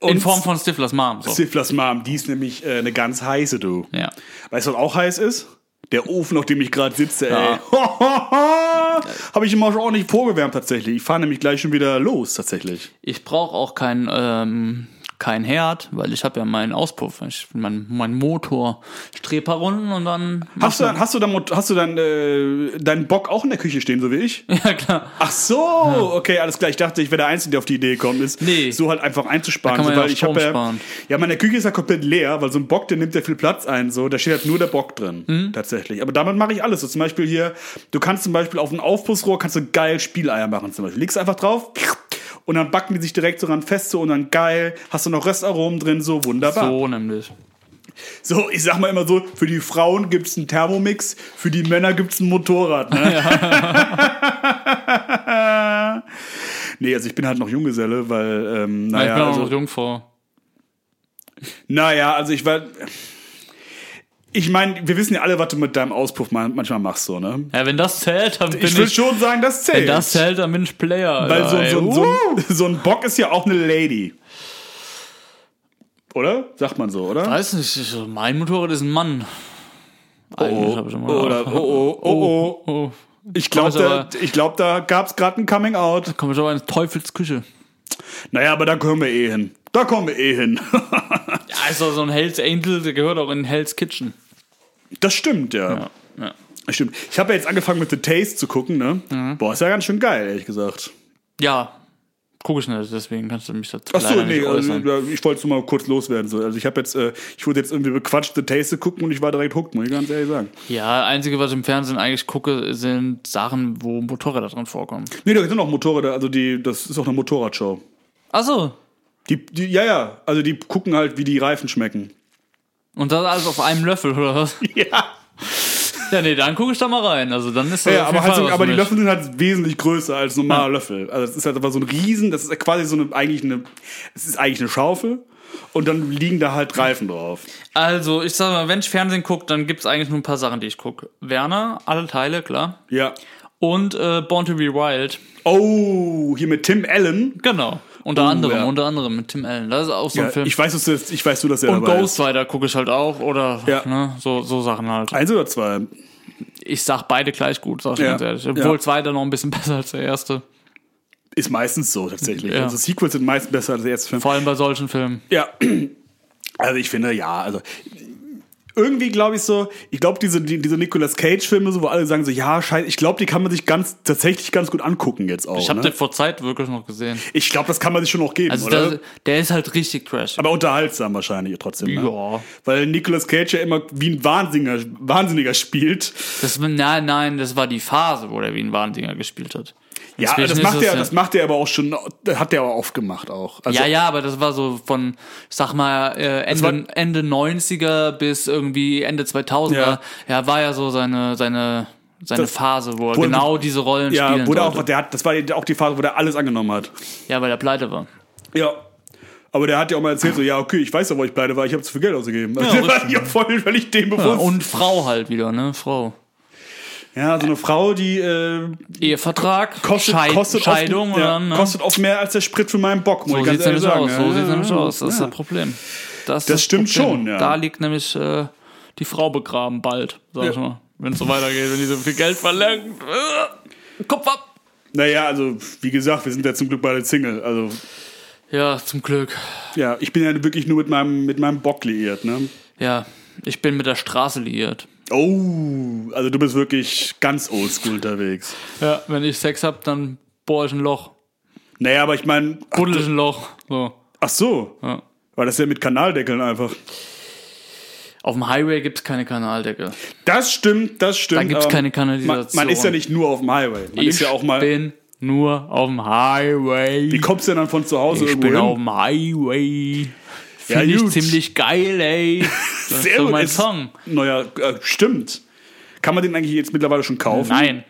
S6: in
S5: Und-
S6: Form von Stiflers Mom. So.
S5: Stiflers Mom, die ist nämlich äh, eine ganz heiße, du.
S6: Ja.
S5: Weißt du, was auch heiß ist? Der Ofen, auf dem ich gerade sitze, ey. Habe ich immer schon ordentlich vorgewärmt tatsächlich. Ich fahre nämlich gleich schon wieder los tatsächlich.
S6: Ich brauche auch keinen ähm, kein Herd, weil ich habe ja meinen Auspuff. Ich, mein, mein Motor streber runden und dann.
S5: Hast du dann, hast du dann, Mot- hast du dann äh, deinen Bock auch in der Küche stehen, so wie ich?
S6: Ja, klar.
S5: Ach so, okay, alles klar. Ich dachte, ich wäre der Einzige, der auf die Idee gekommen ist,
S6: Nee.
S5: so halt einfach einzusparen.
S6: Da kann man
S5: so,
S6: ja
S5: weil
S6: auch
S5: ich hab
S6: Strom
S5: ja,
S6: sparen.
S5: ja, meine Küche ist ja komplett leer, weil so ein Bock, der nimmt ja viel Platz ein. So, da steht halt nur der Bock drin,
S6: Mhm.
S5: tatsächlich. Aber damit mache ich alles. So zum Beispiel hier, du kannst zum Beispiel auf ein Aufpussrohr kannst du geil Spieleier machen. Zum Beispiel legst du einfach drauf und dann backen die sich direkt so ran fest so und dann geil. Hast du noch Röstaromen drin, so wunderbar.
S6: So nämlich.
S5: So, ich sag mal immer so, für die Frauen gibt's einen Thermomix, für die Männer gibt's ein Motorrad. Ne? nee, also ich bin halt noch Junggeselle, weil, ähm,
S6: ich bin
S5: naja,
S6: auch
S5: also,
S6: noch Jungfrau.
S5: naja, also ich war... Ich meine, wir wissen ja alle, was du mit deinem Auspuff man- manchmal machst, so, ne?
S6: Ja, wenn das zählt, dann bin
S5: Ich
S6: ich.
S5: würde schon sagen, das zählt.
S6: wenn das zählt, dann bin ich Player.
S5: Weil so,
S6: Alter,
S5: so,
S6: ey. Uh.
S5: so, ein- so ein Bock ist ja auch eine Lady. Oder? Sagt man so, oder?
S6: Weiß nicht, ich, mein Motorrad ist ein Mann. Eigentlich hab ich immer
S5: Oh, Oder, oh, oh, oh, oh.
S6: oh.
S5: Ich glaube,
S6: Komm, ist
S5: da,
S6: aber-
S5: ich glaub, da gab's gerade ein Coming-out.
S6: Komm ich aber in Teufelsküche.
S5: Naja, aber da kommen wir eh hin. Da kommen wir eh hin.
S6: Ja, ist doch so ein Hells Angel, der gehört auch in Hells Kitchen.
S5: Das stimmt, ja.
S6: Ja.
S5: Stimmt. Ich habe ja jetzt angefangen mit The Taste zu gucken, ne?
S6: Mhm.
S5: Boah, ist ja ganz schön geil, ehrlich gesagt.
S6: Ja, guck ich nicht, deswegen kannst du mich dazu
S5: Ach so,
S6: leider nicht
S5: nee, also,
S6: äußern.
S5: ja, ich wollte es nur mal kurz loswerden. So. Also ich habe jetzt, äh, ich wurde jetzt irgendwie bequatscht, The Taste zu gucken und ich war direkt hooked, muss ich ganz ehrlich sagen.
S6: Ja, einzige, was ich im Fernsehen eigentlich gucke, sind Sachen, wo Motorräder drin vorkommen.
S5: Nee, da sind auch Motorräder, also die, das ist auch eine Motorradshow.
S6: Ach so.
S5: Die, die, ja, ja, also die gucken halt, wie die Reifen schmecken.
S6: Und das alles auf einem Löffel, oder was?
S5: Ja.
S6: Ja, nee, dann gucke ich da mal rein. Also dann ist das
S5: Ja,
S6: auf jeden
S5: aber, halt
S6: Fall
S5: so,
S6: was
S5: aber
S6: für
S5: die
S6: mich.
S5: Löffel sind halt wesentlich größer als normale Löffel. Also es ist halt aber so ein Riesen, das ist quasi so eine, eigentlich eine, es ist eigentlich eine Schaufel und dann liegen da halt Reifen drauf.
S6: Also, ich sag mal, wenn ich Fernsehen gucke, dann gibt's eigentlich nur ein paar Sachen, die ich gucke. Werner, alle Teile, klar.
S5: Ja.
S6: Und äh, Born to be Wild.
S5: Oh, hier mit Tim Allen.
S6: Genau. Unter anderem,
S5: Oh, ja.
S6: unter anderem mit Tim Allen. Das ist auch so ein
S5: Ja,
S6: Film.
S5: ich weiß, dass du, jetzt- ich weiß, du dass er
S6: und
S5: dabei ist.
S6: Ghostwriter gucke ich halt auch oder
S5: Ja.
S6: ne, so, so Sachen halt.
S5: Eins oder zwei?
S6: Ich sag beide gleich gut, sag ich
S5: Ja.
S6: ganz ehrlich.
S5: Ja.
S6: Obwohl zweiter noch ein bisschen besser als der erste.
S5: Ist meistens so tatsächlich.
S6: Ja.
S5: Also Sequels sind meist besser als der erste Film.
S6: Vor allem bei solchen Filmen.
S5: Ja. Also ich finde, ja, also irgendwie glaube ich so, ich glaube diese, die, diese Nicolas Cage Filme, so, wo alle sagen so, ja, scheiße, ich glaube, die kann man sich ganz tatsächlich ganz gut angucken jetzt auch.
S6: Ich habe
S5: ne?
S6: den vor Zeit wirklich noch gesehen.
S5: Ich glaube, das kann man sich schon noch geben,
S6: Also
S5: oder?
S6: der, der ist halt richtig trash.
S5: aber unterhaltsam wahrscheinlich trotzdem.
S6: Ja.
S5: Ne? Weil Nicolas Cage ja immer wie ein Wahnsinniger, Wahnsinniger spielt.
S6: Das, nein, nein, das war die Phase, wo der wie ein Wahnsinniger gespielt hat.
S5: Ja,
S6: Inzwischen
S5: das
S6: ist
S5: macht,
S6: es
S5: er, das macht er aber auch schon, das hat er aber oft gemacht auch. Also,
S6: ja, ja, aber das war so von, ich sag mal, äh, Ende,
S5: war-
S6: Ende 90er bis irgendwie Ende 2000er. Ja,
S5: Ja.
S6: war ja so seine, seine, seine
S5: Das-
S6: Phase, wo er
S5: wo er-
S6: genau diese Rollen
S5: Ja,
S6: spielen
S5: wurde
S6: sollte.
S5: auch, der hat, das war auch die Phase, wo der alles angenommen hat.
S6: ja, weil er pleite war.
S5: Ja. Aber der hat ja auch mal erzählt, so, ja, okay, ich weiß ja, wo ich pleite war, ich habe zu viel Geld ausgegeben. Also,
S6: Ja,
S5: der war ja voll völlig dem
S6: Ja,
S5: bewusst. Ja,
S6: und Frau halt wieder, ne? Frau.
S5: so eine Frau, die äh,
S6: Ehevertrag,
S5: kostet,
S6: Scheid-
S5: kostet,
S6: Scheidung
S5: oft,
S6: und
S5: ja,
S6: dann, ne?
S5: kostet oft mehr als der Sprit für meinen Bock, muss
S6: so
S5: ich ganz
S6: sieht's
S5: ehrlich
S6: nämlich
S5: sagen.
S6: aus.
S5: ja.
S6: So sieht's nämlich
S5: Ja,
S6: aus. Das ist
S5: ja.
S6: das Problem. Das, ist
S5: Das stimmt
S6: Problem.
S5: schon, ja.
S6: Da liegt nämlich äh, die Frau begraben bald, sag ich
S5: Ja.
S6: mal. Wenn es so weitergeht, wenn die so viel Geld verlangt. Äh, Kopf ab!
S5: Naja, also wie gesagt, wir sind ja zum Glück beide Single. Also
S6: Ja, zum Glück.
S5: ja, ich bin ja wirklich nur mit meinem, mit meinem Bock liiert. Ne?
S6: Ja, ich bin mit der Straße liiert.
S5: Oh, also du bist wirklich ganz oldschool unterwegs.
S6: Ja, wenn ich Sex hab, dann bohr ich ein Loch.
S5: Naja, aber ich meine,
S6: Buddel ich ein Loch. So.
S5: ach so,
S6: Ja.
S5: weil das ist ja mit Kanaldeckeln einfach.
S6: Auf dem Highway gibt's keine Kanaldecke.
S5: Das stimmt, das stimmt.
S6: Da gibt's
S5: aber
S6: keine
S5: man,
S6: Kanalisation.
S5: man ist ja nicht nur auf dem Highway. Man ist ja auch mal.
S6: bin nur auf dem Highway.
S5: Wie kommst du denn dann von zu Hause
S6: ich
S5: irgendwo
S6: bin
S5: hin?
S6: auf dem Highway.
S5: Ja,
S6: Finde ich
S5: gut.
S6: ziemlich geil, ey. Das ist
S5: Sehr
S6: so
S5: gut,
S6: mein
S5: ist-
S6: Song.
S5: Naja, äh, stimmt. Kann man den eigentlich jetzt mittlerweile schon kaufen?
S6: Nein,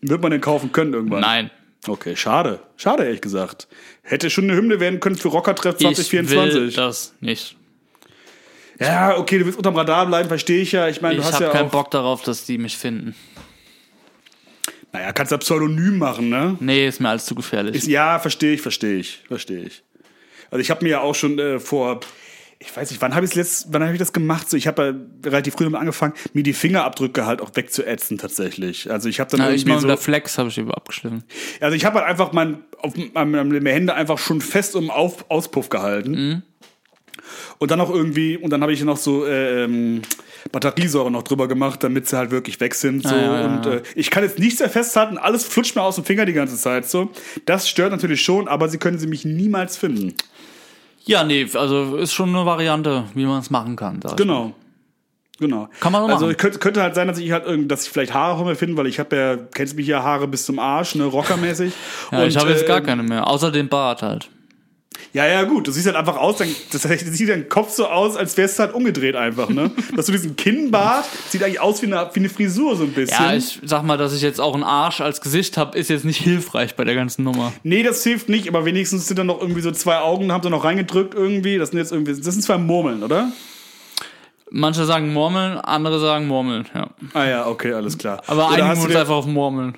S5: Wird man den kaufen können irgendwann?
S6: nein.
S5: Okay, schade. Schade, ehrlich gesagt. Hätte schon eine Hymne werden können für Rockertreff
S6: Ich will
S5: 2024.
S6: das nicht.
S5: Ja, okay, du willst unterm Radar bleiben, verstehe ich ja. Ich meine, du
S6: Ich
S5: hast
S6: habe
S5: ja
S6: keinen
S5: auch.
S6: Bock darauf, dass die mich finden.
S5: Naja, kannst ja Pseudonym machen, ne?
S6: Nee, ist mir alles zu gefährlich.
S5: Ist- Ja, verstehe ich, verstehe ich, verstehe ich. Also ich habe mir ja auch schon äh, vor, ich weiß nicht, wann habe ich letzt, wann habe ich das gemacht? So, ich habe ja relativ früh damit angefangen, mir die Fingerabdrücke halt auch wegzuätzen tatsächlich. Also ich habe dann
S6: Na, ich
S5: irgendwie
S6: mal mit
S5: so,
S6: der Flex habe ich über abgeschliffen.
S5: also ich habe halt einfach mein, auf, mein, meine Hände einfach schon fest um auf, Auspuff gehalten.
S6: Mhm.
S5: Und dann noch irgendwie, und dann habe ich noch so äh, ähm, Batteriesäure noch drüber gemacht, damit sie halt wirklich weg sind.
S6: Ah,
S5: So. und äh, ich kann jetzt nichts mehr festhalten, alles flutscht mir aus dem Finger die ganze Zeit. So. Das stört natürlich schon, aber sie können sie mich niemals finden.
S6: Ja, nee, also ist schon eine Variante, wie man es machen kann. sag ich mal.
S5: Genau. Genau.
S6: Kann man so
S5: also
S6: machen.
S5: könnte, könnte halt sein, dass ich halt irgend, dass ich vielleicht Haare von mir finde, weil ich habe ja, kennst mich ja Haare bis zum Arsch, ne, rockermäßig.
S6: Ja, ich
S5: Und,
S6: habe jetzt
S5: äh,
S6: gar keine mehr, außer den Bart halt.
S5: Ja, ja, gut. Du siehst halt einfach aus, dein, das heißt, sieht dein Kopf so aus, als wärst du halt umgedreht einfach, ne? Dass du diesen Kinnbart, sieht eigentlich aus wie eine, wie eine Frisur so ein bisschen.
S6: Ja, ich sag mal, dass ich jetzt auch einen Arsch als Gesicht habe, ist jetzt nicht hilfreich bei der ganzen Nummer.
S5: nee, das hilft nicht, aber wenigstens sind dann noch irgendwie so zwei Augen, haben sie noch reingedrückt irgendwie. Das sind jetzt irgendwie, das sind zwei Murmeln, oder?
S6: Manche sagen Murmeln, andere sagen Murmeln, ja.
S5: Ah ja, okay, alles klar.
S6: Aber
S5: Oder
S6: einigen
S5: hast
S6: wir
S5: du
S6: uns
S5: dir-
S6: einfach auf Murmeln.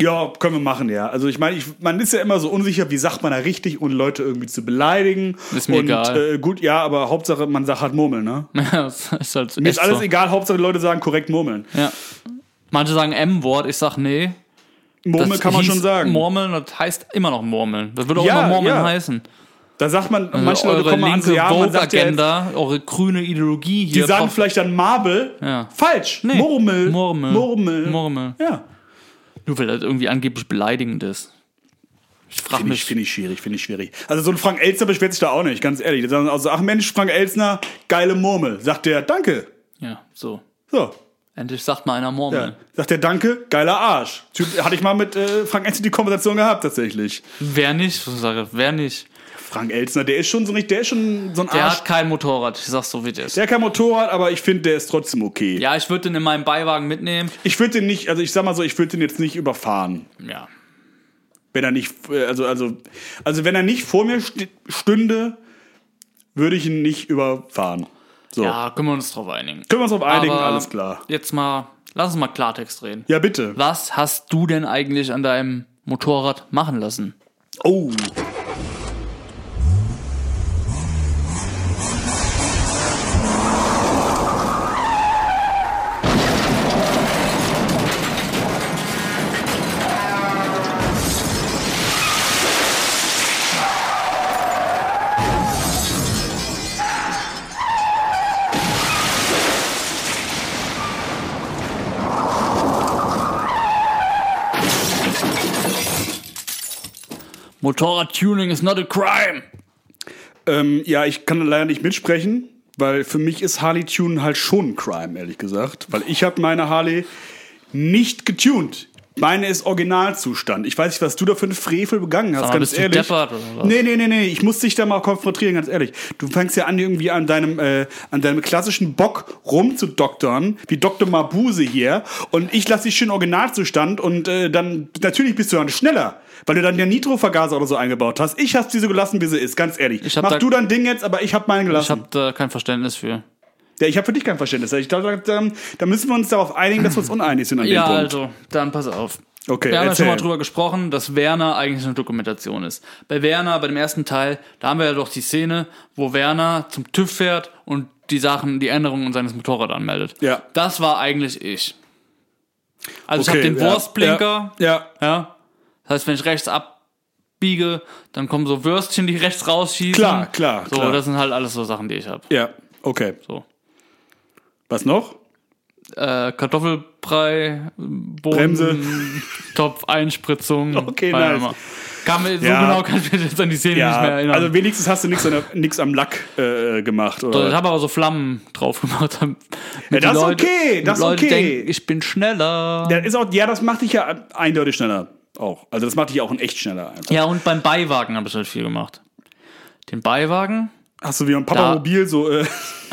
S5: Ja, können wir machen, ja. Also ich meine, ich, man ist ja immer so unsicher, wie sagt man da richtig, ohne Leute irgendwie zu beleidigen.
S6: Ist mir
S5: Und,
S6: egal.
S5: Äh, gut, ja, aber Hauptsache, man sagt halt Murmeln, ne?
S6: Ja, das ist halt
S5: Mir ist
S6: echt
S5: alles
S6: so.
S5: egal, Hauptsache die Leute sagen korrekt Murmeln.
S6: Ja. Manche sagen M-Wort, ich sag nee.
S5: Murmeln
S6: Das
S5: kann man
S6: hieß
S5: schon sagen.
S6: Murmeln, das heißt immer noch Murmeln. Das würde auch
S5: Ja,
S6: immer Murmeln
S5: ja.
S6: heißen.
S5: Da sagt man,
S6: Also
S5: manche Leute
S6: eure
S5: kommen an,
S6: linke
S5: so, ja, man sagt ja, jetzt,
S6: Vogue-Agenda, eure grüne Ideologie
S5: die
S6: hier.
S5: sagen
S6: braucht-
S5: vielleicht dann Marble.
S6: Ja.
S5: Falsch.
S6: Nee.
S5: Murmel.
S6: Murmel.
S5: Murmel.
S6: Murmel.
S5: Ja.
S6: Nur weil das irgendwie angeblich beleidigend ist. Ich frage
S5: Finde ich,
S6: mich,
S5: find ich schwierig, finde ich schwierig. Also so ein Frank Elzner beschwert sich da auch nicht, ganz ehrlich. Die sagen also, ach Mensch, Frank Elzner, geile Murmel. Sagt der, danke.
S6: ja, so.
S5: So.
S6: Endlich sagt mal einer
S5: Ja.
S6: Murmel.
S5: Sagt der, danke, geiler Arsch. Typ, hatte ich mal mit äh, Frank Elzner die Konversation gehabt, tatsächlich.
S6: Wer nicht, Ich sage, wer nicht.
S5: Frank Elzner, der ist schon so nicht, der ist schon so ein
S6: Der
S5: Arsch.
S6: hat kein Motorrad, ich sag's so wie das.
S5: Der hat kein Motorrad, aber ich finde, der ist trotzdem okay.
S6: Ja, ich würde den in meinem Beiwagen mitnehmen.
S5: Ich würde den nicht, also ich sag mal so, ich würde den jetzt nicht überfahren.
S6: Ja.
S5: Wenn er nicht, äh, also, also, also wenn er nicht vor mir st- stünde, würde ich ihn nicht überfahren. So.
S6: Ja, können wir uns drauf einigen.
S5: Können wir uns auf einigen,
S6: Aber
S5: alles klar.
S6: Jetzt mal, lass uns mal Klartext reden.
S5: Ja, bitte.
S6: Was hast du denn eigentlich an deinem Motorrad machen lassen?
S5: Oh.
S6: Motorrad-Tuning is not a crime.
S5: Ähm, ja, ich kann leider nicht mitsprechen, weil für mich ist Harley Tune halt schon ein Crime, ehrlich gesagt. Weil ich habe meine Harley nicht getuned. Meine ist Originalzustand. Ich weiß nicht, was du da für einen Frevel begangen hast,
S6: Sag mal,
S5: ganz
S6: bist du
S5: ehrlich.
S6: deppert oder was?
S5: Nee, nee, nee, nee. Ich muss dich da mal konfrontieren, ganz ehrlich. Du fängst ja an, irgendwie an deinem, äh, an deinem klassischen Bock rumzudoktern, wie Dr. Mabuse hier. Und ich lasse dich schön Originalzustand und äh, dann, natürlich bist du dann schneller, weil du dann ja Nitrovergaser oder so eingebaut hast. Ich hab's dir so gelassen, wie sie ist, ganz ehrlich.
S6: Ich hab
S5: Mach
S6: da-
S5: du dein Ding jetzt, aber ich hab meinen
S6: Ich
S5: gelassen.
S6: habe da kein Verständnis für.
S5: ja, ich hab für dich kein Verständnis. Ich glaube, da, da müssen wir uns darauf einigen, dass wir uns uneinig sind an
S6: Ja,
S5: dem Punkt.
S6: also, dann pass auf.
S5: Okay,
S6: wir haben ja
S5: erzähl.
S6: schon mal drüber gesprochen, dass Werner eigentlich eine Dokumentation ist. Bei Werner, bei dem ersten Teil, da haben wir ja doch die Szene, wo Werner zum TÜV fährt und die Sachen, die Änderungen seines Motorrads anmeldet.
S5: Ja.
S6: Das war eigentlich ich. Also ich
S5: Okay,
S6: habe den
S5: ja,
S6: Wurstblinker,
S5: Ja, ja.
S6: ja. Das heißt, wenn ich rechts abbiege, dann kommen so Würstchen, die rechts rausschießen.
S5: Klar, klar,
S6: So,
S5: klar.
S6: das sind halt alles so Sachen, die ich habe.
S5: ja. Okay.
S6: So.
S5: Was noch?
S6: Äh, Kartoffelbrei, Boden,
S5: Bremse.
S6: Topf, Einspritzung.
S5: Okay,
S6: keine
S5: nice.
S6: Ahnung. Kann, mir- so
S5: Ja.
S6: genau kann ich mich jetzt an die Szene nicht mehr
S5: Ja,
S6: erinnern.
S5: also wenigstens hast du nichts an der- nichts am Lack äh, gemacht,
S6: So, ich
S5: oder?
S6: habe aber so Flammen drauf gemacht. damit die
S5: das ist okay, das
S6: damit
S5: ist
S6: Leute
S5: okay.
S6: Denken, ich bin schneller.
S5: Ja, ist auch, ja, das macht dich ja eindeutig schneller. Auch. Also das macht dich auch in echt schneller einfach.
S6: Ja, und beim Beiwagen habe ich halt viel gemacht. Den Beiwagen?
S5: Hast du wie ein Papamobil so, äh,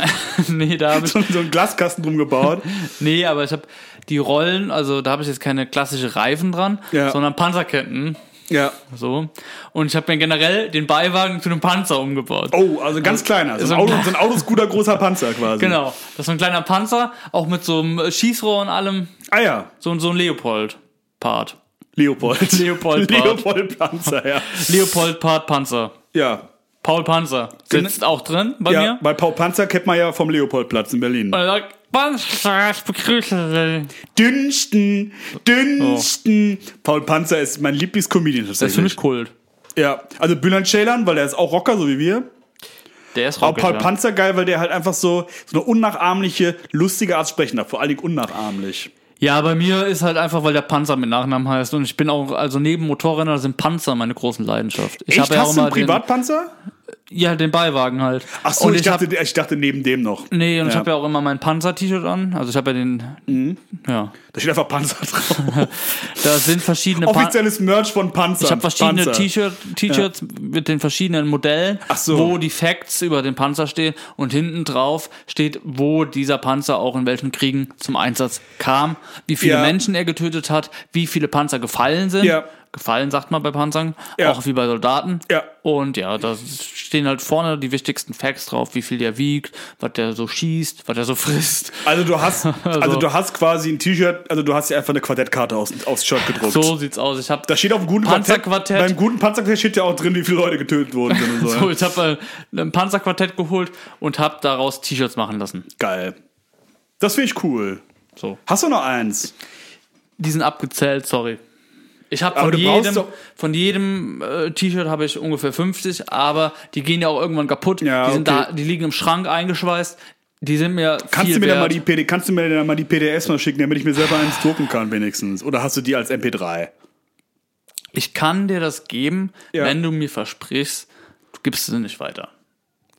S6: nee, da habe ich
S5: so, so einen Glaskasten drum gebaut?
S6: Nee, aber ich habe die Rollen, also da habe ich jetzt keine klassische Reifen dran,
S5: Ja.
S6: sondern Panzerketten.
S5: ja.
S6: So. Und ich habe mir generell den Beiwagen zu einem Panzer umgebaut.
S5: Oh, also ganz kleiner. So
S6: so
S5: ein,
S6: ein
S5: Auto,
S6: klein-
S5: so ein Autoscooter großer Panzer quasi.
S6: Genau. Das ist so ein kleiner Panzer, auch mit so einem Schießrohr und allem.
S5: Ah ja,
S6: So, ein- so ein Leopold-Part.
S5: Leopold.
S6: Leopold Part.
S5: Leopold Panzer, ja.
S6: Leopold-Part Panzer.
S5: Ja,
S6: Paul Panzer sitzt auch drin bei
S5: ja
S6: mir. Oh.
S5: weil Paul Panzer kennt man ja vom Leopoldplatz in Berlin.
S6: Und er sagt, Panzer, ich begrüße Sie.
S5: Dünsten, dünsten. Paul Panzer ist mein Lieblingscomedian
S6: Oh. Das
S5: tatsächlich.
S6: finde ich Kult.
S5: Ja, also Bülent Ceylan, weil er ist auch Rocker, so wie wir.
S6: Der ist
S5: Aber Paul
S6: Rocket, ja.
S5: Panzer geil, weil der halt einfach so, so eine unnachahmliche, lustige Art sprechen hat. Vor allen Dingen unnachahmlich.
S6: Ja, bei mir ist halt einfach, weil der Panzer mit Nachnamen heißt und ich bin auch, also neben Motorrädern sind Panzer meine großen Leidenschaft. Ich
S5: Echt?
S6: habe ja auch
S5: Hast du
S6: mal
S5: einen Privatpanzer?
S6: den, ja, den Beiwagen halt.
S5: Ach so,
S6: und
S5: ich, dachte,
S6: hab,
S5: ich dachte neben dem noch.
S6: nee, und ich
S5: Ja. Mhm.
S6: habe ja auch immer mein Panzer-T-Shirt an. Also ich habe ja den, ja,
S5: Da steht einfach Panzer drauf.
S6: da sind verschiedene Pan-
S5: Offizielles Merch von Panzer.
S6: Ich habe verschiedene
S5: Panzer.
S6: T-Shirt, T-Shirts mit den verschiedenen Modellen,
S5: Ach so.
S6: wo die Facts über den Panzer stehen und hinten drauf steht, wo dieser Panzer auch in welchen Kriegen zum Einsatz kam, wie viele
S5: Ja.
S6: Menschen er getötet hat, wie viele Panzer gefallen sind.
S5: Ja.
S6: Gefallen sagt man bei Panzern,
S5: Ja.
S6: auch wie bei Soldaten.
S5: Ja.
S6: Und ja, da stehen halt vorne die wichtigsten Facts drauf, wie viel der wiegt, was der so schießt, was der so frisst.
S5: Also du hast, also,
S6: Also.
S5: du hast quasi ein T-Shirt, also du hast ja einfach eine Quartettkarte aus, aufs Shirt gedruckt.
S6: So sieht's aus. Ich habe
S5: Also, Da steht auf dem guten
S6: Panzerquartett.
S5: Beim guten Panzerquartett steht ja auch drin, wie viele Leute getötet wurden. sind Und so. ne?
S6: So, ich habe äh, ein Panzerquartett geholt und habe daraus T-Shirts machen lassen.
S5: Geil. Das finde ich cool.
S6: So.
S5: Hast du noch eins?
S6: Die sind abgezählt, sorry. Ich habe
S5: Aber
S6: von
S5: du brauchst
S6: jedem,
S5: doch-
S6: von jedem äh, T-Shirt habe ich ungefähr 50, aber die gehen ja auch irgendwann kaputt.
S5: Ja,
S6: die, sind
S5: okay.
S6: da, die liegen im Schrank eingeschweißt. Die sind mir
S5: Kannst
S6: viel
S5: du, mir
S6: wert.
S5: dann mal die PD, kannst du mir dann mal die PDFs mal schicken, damit ich mir selber eins drucken kann wenigstens? Oder hast du die als MP3?
S6: Ich kann dir das geben,
S5: Ja.
S6: wenn du mir versprichst, du gibst es nicht weiter.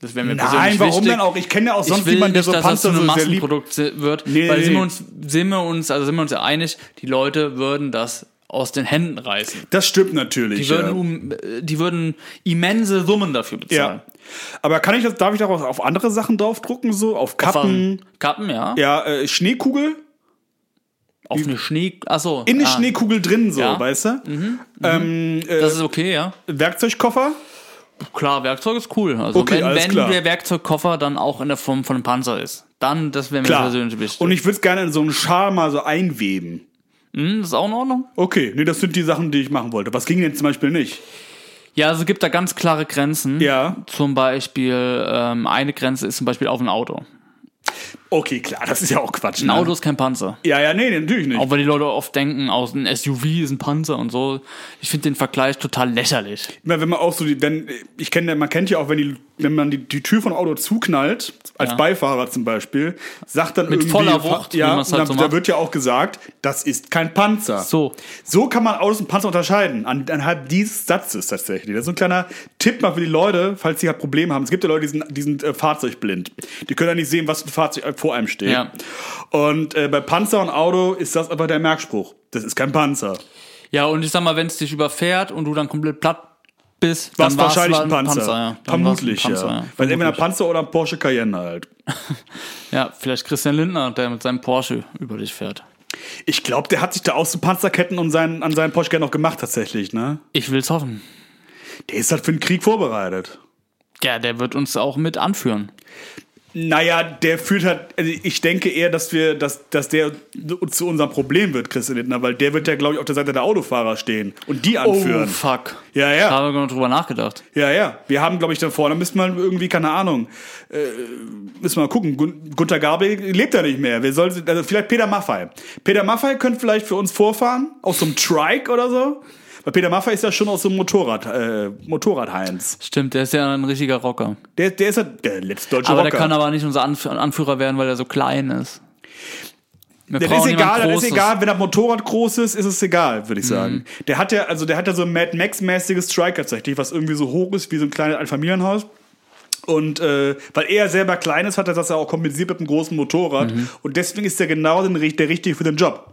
S6: Das wäre mir
S5: Nein,
S6: persönlich
S5: warum
S6: wichtig.
S5: denn auch? Also, Ich kenne ja auch
S6: Ich
S5: sonst
S6: will
S5: niemanden, der
S6: nicht,
S5: so
S6: dass das zu
S5: Panzer
S6: einem
S5: so sehr liebt.
S6: Massenprodukt se- wird,
S5: Nee,
S6: weil
S5: nee,
S6: sind wir
S5: nee.
S6: uns, sind wir uns, also sind wir uns ja einig, die Leute würden das aus den Händen reißen.
S5: Das stimmt natürlich.
S6: Die würden,
S5: ja.
S6: um, äh, die würden immense Summen dafür bezahlen.
S5: Ja. Aber kann ich das, darf ich darauf auf andere Sachen draufdrucken, so? Auf Kappen?
S6: Kappen, ja.
S5: ja, äh, Schneekugel?
S6: Auf eine Schnee, achso.
S5: In eine
S6: ah,
S5: Schneekugel drin, so,
S6: Ja.
S5: weißt du? Ähm, äh,
S6: Das ist okay, ja.
S5: Werkzeugkoffer?
S6: Klar, Werkzeug ist cool. Also
S5: Okay,
S6: wenn,
S5: alles
S6: wenn
S5: klar.
S6: der Werkzeugkoffer dann auch in der Form von einem Panzer ist, dann das wäre mir
S5: Klar.
S6: persönlich wichtig.
S5: Und ich würde es gerne in so einen Schal mal so einweben.
S6: Hm, ist auch in Ordnung.
S5: Okay, nee, das sind die Sachen, die ich machen wollte. Was ging denn zum Beispiel nicht?
S6: Ja, also es gibt da ganz klare Grenzen.
S5: Ja.
S6: Zum Beispiel, ähm, eine Grenze ist zum Beispiel auf ein Auto.
S5: Okay, klar, das ist ja auch Quatsch.
S6: Ein
S5: ne?
S6: Auto ist kein Panzer.
S5: Ja, ja, nee, natürlich nicht.
S6: Auch wenn die Leute oft denken, aus ein SUV ist ein Panzer und so. Ich finde den Vergleich total lächerlich.
S5: Immer wenn man auch so die, wenn, ich kenne, man kennt ja auch, wenn die, wenn man die, die Tür von Auto zuknallt, als Beifahrer zum Beispiel, sagt dann
S6: Mit
S5: irgendwie,
S6: voller Wucht, wie
S5: ja,
S6: man's halt
S5: da,
S6: so
S5: da
S6: macht.
S5: wird ja auch gesagt, das ist kein Panzer.
S6: So.
S5: So kann man Autos und Panzer unterscheiden, an, anhalb dieses Satzes tatsächlich. Das ist so ein kleiner Tipp mal für die Leute, falls sie halt Probleme haben. Es gibt ja Leute, die sind, die sind äh, fahrzeugblind. Die können ja nicht sehen, was für ein Fahrzeug äh, vor einem steht.
S6: Ja.
S5: Und äh, bei Panzer und Auto ist das aber der Merkspruch. Das ist kein Panzer.
S6: Ja, und ich sag mal, wenn es dich überfährt und du dann komplett platt bist,
S5: Was
S6: dann war's
S5: wahrscheinlich
S6: wa-
S5: ein Panzer.
S6: ja. Dann war's ein
S5: Vermutlich,
S6: Panzer,
S5: ja.
S6: ja.
S5: Weil entweder ein Panzer oder ein Porsche Cayenne halt.
S6: Ja, vielleicht Christian Lindner, der mit seinem Porsche über dich fährt.
S5: Ich glaube, der hat sich da auch so Panzerketten und seinen, an seinen Porsche Cayenne noch gemacht tatsächlich, ne?
S6: Ich will's hoffen.
S5: Der ist halt für den Krieg vorbereitet.
S6: Ja, der wird uns auch mit anführen.
S5: Naja, der führt halt, also ich denke eher, dass wir, dass, dass der zu unserem Problem wird, Christian Lindner, weil der wird ja, glaube ich, auf der Seite der Autofahrer stehen und die anführen.
S6: Oh, fuck.
S5: Ja, Oh, ja.
S6: Da haben wir gar nicht drüber nachgedacht.
S5: Ja, ja. Wir haben, glaube ich, da vorne müssen wir irgendwie, keine Ahnung, äh, müssen wir mal gucken. Gun Gunter Gabriel lebt ja nicht mehr. Wer soll, also vielleicht Peter Maffei. Peter Maffei könnte vielleicht für uns vorfahren, auf so einem Trike oder so. Weil Peter Maffei ist ja schon aus so einem Motorrad, äh, Motorrad-Heinz.
S6: Stimmt, der ist ja ein richtiger Rocker.
S5: Der, der ist ja der letzte deutsche
S6: Aber
S5: Rocker.
S6: der kann aber nicht unser Anf Anführer werden, weil er so klein ist. Wir
S5: das ist
S6: brauchen
S5: egal,
S6: jemand
S5: das ist
S6: Großes. Mhm.
S5: egal, wenn das Motorrad groß ist, ist es egal, würde ich sagen. Der hat ja, also der hat ja so ein Mad Max-mäßiges Strike tatsächlich, was irgendwie so hoch ist wie so ein kleines Einfamilienhaus. Und äh, weil er selber klein ist, hat er das ja auch kompensiert mit einem großen Motorrad.
S6: Mhm.
S5: Und deswegen ist er genau den, richt- der Richtige für den Job.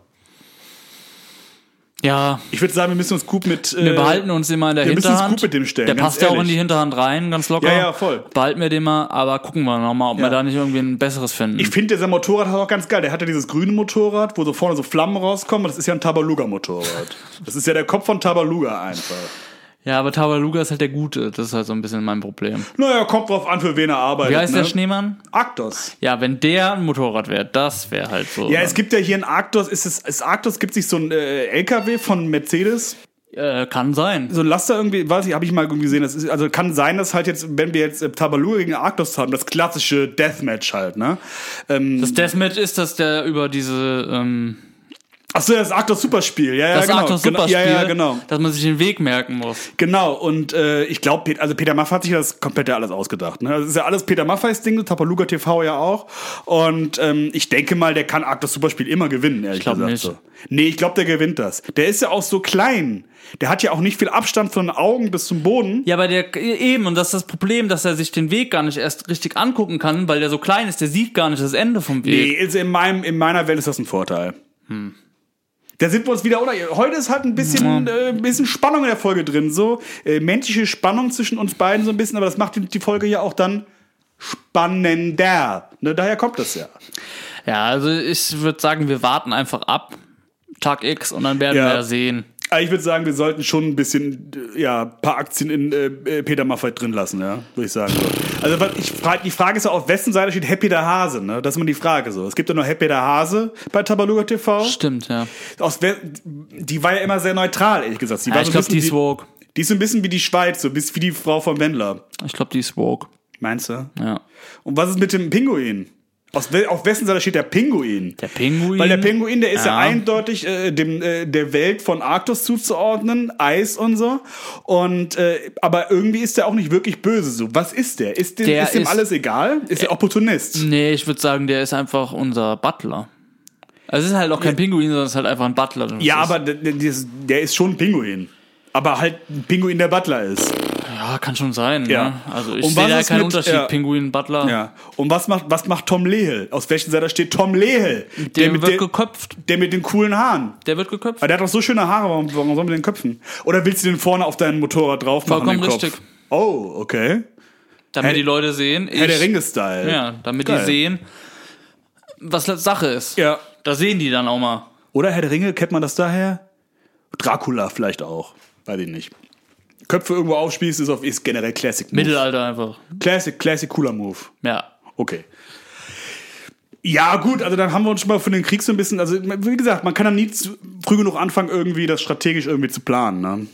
S6: Ja,
S5: Ich würde sagen, wir müssen uns gut mit. Äh,
S6: wir behalten uns den mal in der
S5: wir müssen uns
S6: Hinterhand.
S5: gut mit dem stellen,
S6: der
S5: ganz
S6: passt ja auch in
S5: ehrlich.
S6: die Hinterhand rein, ganz locker.
S5: Ja, ja, voll.
S6: Behalten wir den mal, aber gucken wir nochmal, ob
S5: Ja.
S6: wir da nicht irgendwie ein besseres finden.
S5: Ich finde, sein Motorrad hat auch ganz geil. Der hat ja dieses grüne Motorrad, wo so vorne so Flammen rauskommen. Das ist ja ein Tabaluga-Motorrad. das ist ja der Kopf von Tabaluga einfach.
S6: ja, aber Tabaluga ist halt der Gute. Das ist halt so ein bisschen mein Problem.
S5: Naja, kommt drauf an, für wen er arbeitet.
S6: Wie heißt
S5: ne?
S6: der Schneemann?
S5: Arktos.
S6: Ja, wenn der ein Motorrad wäre, das wäre halt so.
S5: Ja, es gibt ja hier in Arctos, ist es, ist Arctos gibt sich so ein äh, LKW von Mercedes,
S6: äh, kann sein.
S5: so ein Laster irgendwie, weiß ich, habe ich mal irgendwie gesehen. Das ist, also kann sein, dass halt jetzt, wenn wir jetzt äh, Tabaluga gegen Arctos haben, das klassische Deathmatch halt, ne? Ähm,
S6: Das Deathmatch ist, dass der über diese ähm,
S5: achso, das Arctos Superspiel, ja, ja,
S6: das
S5: genau.
S6: Achtung
S5: genau,
S6: Superspiel,
S5: ja, ja, genau.
S6: dass man sich den Weg merken muss.
S5: Genau, und äh, ich glaube, also Peter Maffay hat sich das komplett ja alles ausgedacht. Ne? Das ist ja alles Peter Maffays Ding, Tapaluga TV ja auch. Und ähm, ich denke mal, der kann Arktos Superspiel immer gewinnen, ehrlich
S6: glaub
S5: gesagt.
S6: nicht.
S5: So. Nee, ich glaube, der gewinnt das. Der ist ja auch so klein. Der hat ja auch nicht viel Abstand von den Augen bis zum Boden.
S6: Ja, aber der eben, und das ist das Problem, dass er sich den Weg gar nicht erst richtig angucken kann, weil der so klein ist, der sieht gar nicht das Ende vom
S5: Nee,
S6: Weg.
S5: also in, meinem, in meiner Welt ist das ein Vorteil. Da sind wir uns wieder, oder? Heute ist halt ein bisschen, äh, ein bisschen Spannung in der Folge drin. So äh, menschliche Spannung zwischen uns beiden so ein bisschen, aber das macht die, die Folge ja auch dann spannender. Ne, daher kommt das ja.
S6: Ja, also ich würde sagen, wir warten einfach ab. Tag X und dann werden
S5: Ja.
S6: wir ja sehen.
S5: Aber Also Ich würde sagen, wir sollten schon ein bisschen, äh, ja, ein paar Aktien in äh, äh, Peter Maffay drin lassen, ja, würde ich sagen. So. Also was ich frag, die Frage ist ja, auf wessen Seite steht Happy der Hase, ne? Das ist immer die Frage so. Es gibt ja nur Happy der Hase bei Tabaluga TV.
S6: Stimmt, ja.
S5: Aus wer, die war ja immer sehr neutral, ehrlich gesagt. Die
S6: ja
S5: war
S6: ich
S5: so ein
S6: glaube, die
S5: bisschen
S6: ist woke.
S5: wie, die ist so ein bisschen wie die Schweiz, so ein bisschen wie die Frau von Wendler.
S6: Ich glaube, die ist woke.
S5: Meinst du?
S6: Ja.
S5: Und was ist mit dem Pinguin? Aus, we- auf wessen Seite steht der Pinguin?
S6: Der Pinguin?
S5: Weil der Pinguin, der ist ja,
S6: Ja.
S5: eindeutig äh, dem, äh, der Welt von Arktos zuzuordnen, Eis und so. Und äh, aber irgendwie ist der auch nicht wirklich böse. So, was ist der? Ist dem,
S6: Der
S5: ist dem
S6: ist- Äh, mm,
S5: alles egal? Ist der Opportunist?
S6: Nee, ich würde sagen, der ist einfach unser Butler. Also es ist halt auch kein Pinguin, sondern es ist halt einfach ein Butler. Das
S5: Ja,
S6: ist,
S5: aber der, der, ist- der ist schon ein Pinguin. Aber halt ein Pinguin, der Butler ist.
S6: Ja, kann schon sein.
S5: Ja.
S6: Ne? Also ich
S5: Und
S6: sehe
S5: was
S6: da
S5: ist
S6: keinen
S5: mit-
S6: Unterschied.
S5: ja.
S6: Pinguin, Butler.
S5: Ja. Und was macht, was macht Tom Lehel? Aus welchen Seite steht Tom Lehel?
S6: Der,
S5: mit
S6: wird
S5: der,
S6: geköpft.
S5: der mit den coolen Haaren.
S6: Der wird geköpft.
S5: Aber der hat doch so schöne Haare, warum, warum soll man den köpfen? Oder willst du den vorne auf dein Motorrad drauf machen?
S6: Vollkommen
S5: den Kopf?
S6: richtig.
S5: Oh, okay.
S6: damit
S5: Herr-
S6: die Leute sehen.
S5: Herr
S6: ich-
S5: der Ringe-Style.
S6: Ja, damit
S5: Geil.
S6: die sehen, was la- Sache ist.
S5: Ja.
S6: Da sehen die dann auch mal.
S5: Oder Herr der Ringe, kennt man das daher? Dracula vielleicht auch. Weiß ich nicht. Köpfe irgendwo aufspießt, ist, auf, ist generell Classic Move.
S6: Mittelalter einfach.
S5: Classic, Classic cooler Move.
S6: Ja.
S5: Okay. Ja, gut, also dann haben wir uns schon mal für den Krieg so ein bisschen, also wie gesagt, man kann dann nie zu, früh genug anfangen, irgendwie das strategisch irgendwie zu planen. Ne?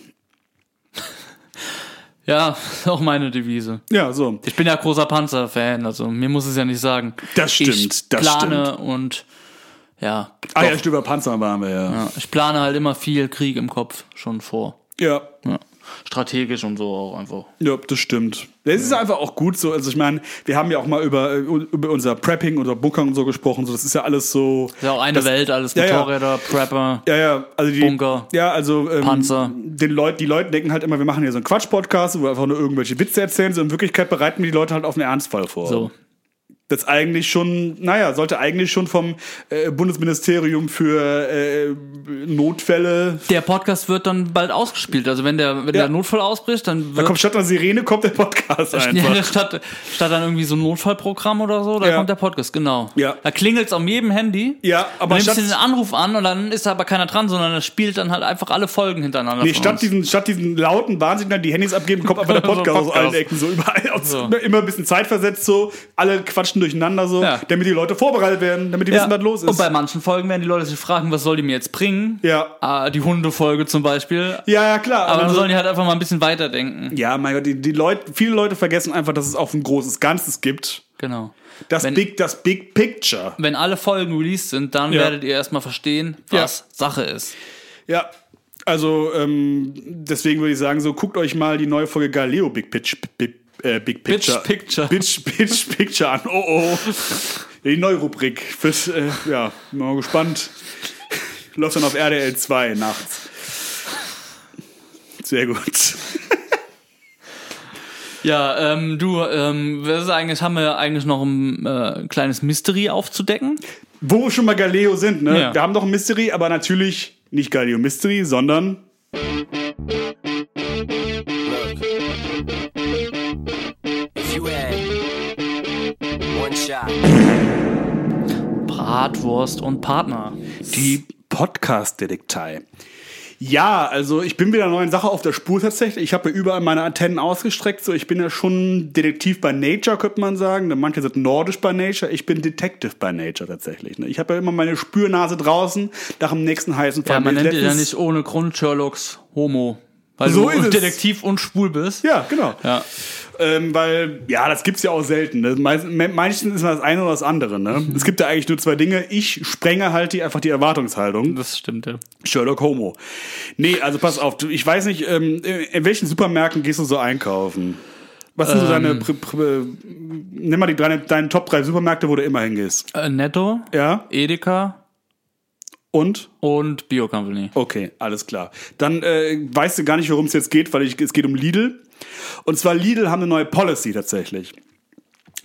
S6: Ja, auch meine Devise.
S5: Ja, so.
S6: Ich bin ja großer Panzer-Fan, also mir muss es ja nicht sagen.
S5: Das
S6: Ich
S5: stimmt, das
S6: plane
S5: stimmt.
S6: und ja,
S5: Ah ja, stimmt, über Panzer waren wir ja.
S6: ja, ich plane halt immer viel Krieg im Kopf schon vor.
S5: Ja,
S6: Ja. Strategisch und so auch einfach.
S5: ja das stimmt. Es ist einfach auch gut so, also ich meine, wir haben ja auch mal über, äh, über unser Prepping, unser Bunkern und so gesprochen, so, das ist ja alles so...
S6: Ist ja auch eine
S5: das-
S6: Welt, alles
S5: Ja, ja.
S6: Motorräder, Prepper.
S5: Ja, ja, also die
S6: Bunker.
S5: Ja, also ähm,
S6: Panzer.
S5: Den Leut, die Leute denken halt immer, wir machen hier so einen Quatsch-Podcast, wo wir einfach nur irgendwelche Witze erzählen. So in Wirklichkeit bereiten wir die Leute halt auf einen Ernstfall vor.
S6: So.
S5: Das eigentlich schon, naja, sollte eigentlich schon vom äh, Bundesministerium für äh, Notfälle.
S6: Der Podcast wird dann bald ausgespielt. Also wenn der, wenn
S5: Ja.
S6: der Notfall ausbricht, dann
S5: Da
S6: wird
S5: kommt statt einer Sirene kommt der Podcast
S6: Ja,
S5: einfach.
S6: statt, statt dann irgendwie so ein Notfallprogramm oder so, da
S5: Ja.
S6: kommt der Podcast, genau.
S5: Ja.
S6: Da klingelt's auf jedem Handy.
S5: Ja, aber
S6: du nimmst
S5: statt-
S6: den Anruf an und dann ist da aber keiner dran, sondern er spielt dann halt einfach alle Folgen hintereinander.
S5: Nee,
S6: von uns.
S5: statt diesen, statt diesen lauten Warnsignalen, die Handys abgeben, kommt einfach der
S6: So ein
S5: Podcast, aus
S6: Podcast.
S5: allen Ecken, so überall. Aus, Immer, immer ein bisschen zeitversetzt, so. Alle quatschen durcheinander, so.
S6: Ja.
S5: Damit die Leute vorbereitet werden, damit die
S6: ja.
S5: wissen, was los ist.
S6: Und bei manchen Folgen werden die Leute sich fragen, was soll die mir jetzt bringen?
S5: Ja.
S6: Ah, die Hundefolge zum Beispiel.
S5: ja, ja, klar.
S6: Aber dann
S5: Also-
S6: sollen die halt einfach mal ein bisschen weiterdenken.
S5: Ja, mein Gott, die, die Leute, viele Leute vergessen einfach, dass es auch ein großes Ganzes gibt.
S6: Genau.
S5: Das,
S6: Wenn-
S5: Big, das Big Picture.
S6: Wenn alle Folgen released sind, dann
S5: Ja.
S6: werdet ihr erstmal verstehen, was Sache ist.
S5: Ja. Also, ähm, deswegen würde ich sagen, so guckt euch mal die neue Folge Galileo Big, Pitch, Big, äh, Big Picture.
S6: Picture.
S5: Bitch, Bitch Picture an. Oh, oh. Die neue Rubrik. Fürs, äh, ja, bin mal gespannt. Läuft dann auf RDL 2 nachts. Sehr gut.
S6: Ja, ähm, du, ähm, was ist eigentlich, haben wir eigentlich noch ein äh, kleines Mystery aufzudecken?
S5: Wo wir schon mal Galileo sind, ne?
S6: Ja.
S5: Wir haben doch ein Mystery, aber natürlich nicht Galileo Mystery, sondern
S8: If you had one shot.
S6: Bratwurst und Partner.
S5: Die Podcast-Detektei. Ja, also ich bin wieder einer neuen Sache auf der Spur tatsächlich. Ich habe ja überall meine Antennen ausgestreckt. So, ich bin ja schon Detektiv bei Nature, könnte man sagen. Denn Manche sind nordisch bei Nature. Ich bin Detective bei Nature tatsächlich. ne? Ich habe ja immer meine Spürnase draußen nach dem nächsten heißen Fall.
S6: Ja, man
S5: Mir ist
S6: nennt dich ja
S5: letztens-
S6: nicht ohne Grund Sherlock's Homo. Weil
S5: So ist
S6: du
S5: es.
S6: Detektiv und schwul bist.
S5: Ja, genau.
S6: Ja.
S5: Ähm, weil, ja, das gibt's ja auch selten. Ne? Meist- me- Meistens ist man das eine oder das andere. Ne? Es gibt ja eigentlich nur zwei Dinge. Ich sprenge halt die, einfach die Erwartungshaltung.
S6: Das stimmt, ja.
S5: Sherlock Homo. Nee, also pass auf, du- ich weiß nicht, ähm, in welchen Supermärkten gehst du so einkaufen? Was sind so deine, pr, pr, nimm mal die, deine, deine Top 3 Supermärkte, wo du immer hingehst.
S6: Äh, Netto,
S5: Ja,
S6: Edeka
S5: und?
S6: und Bio Company.
S5: Okay, alles klar. Dann äh, weißt du gar nicht, worum es jetzt geht, weil ich, es geht um Lidl. Und zwar Lidl haben eine neue Policy tatsächlich.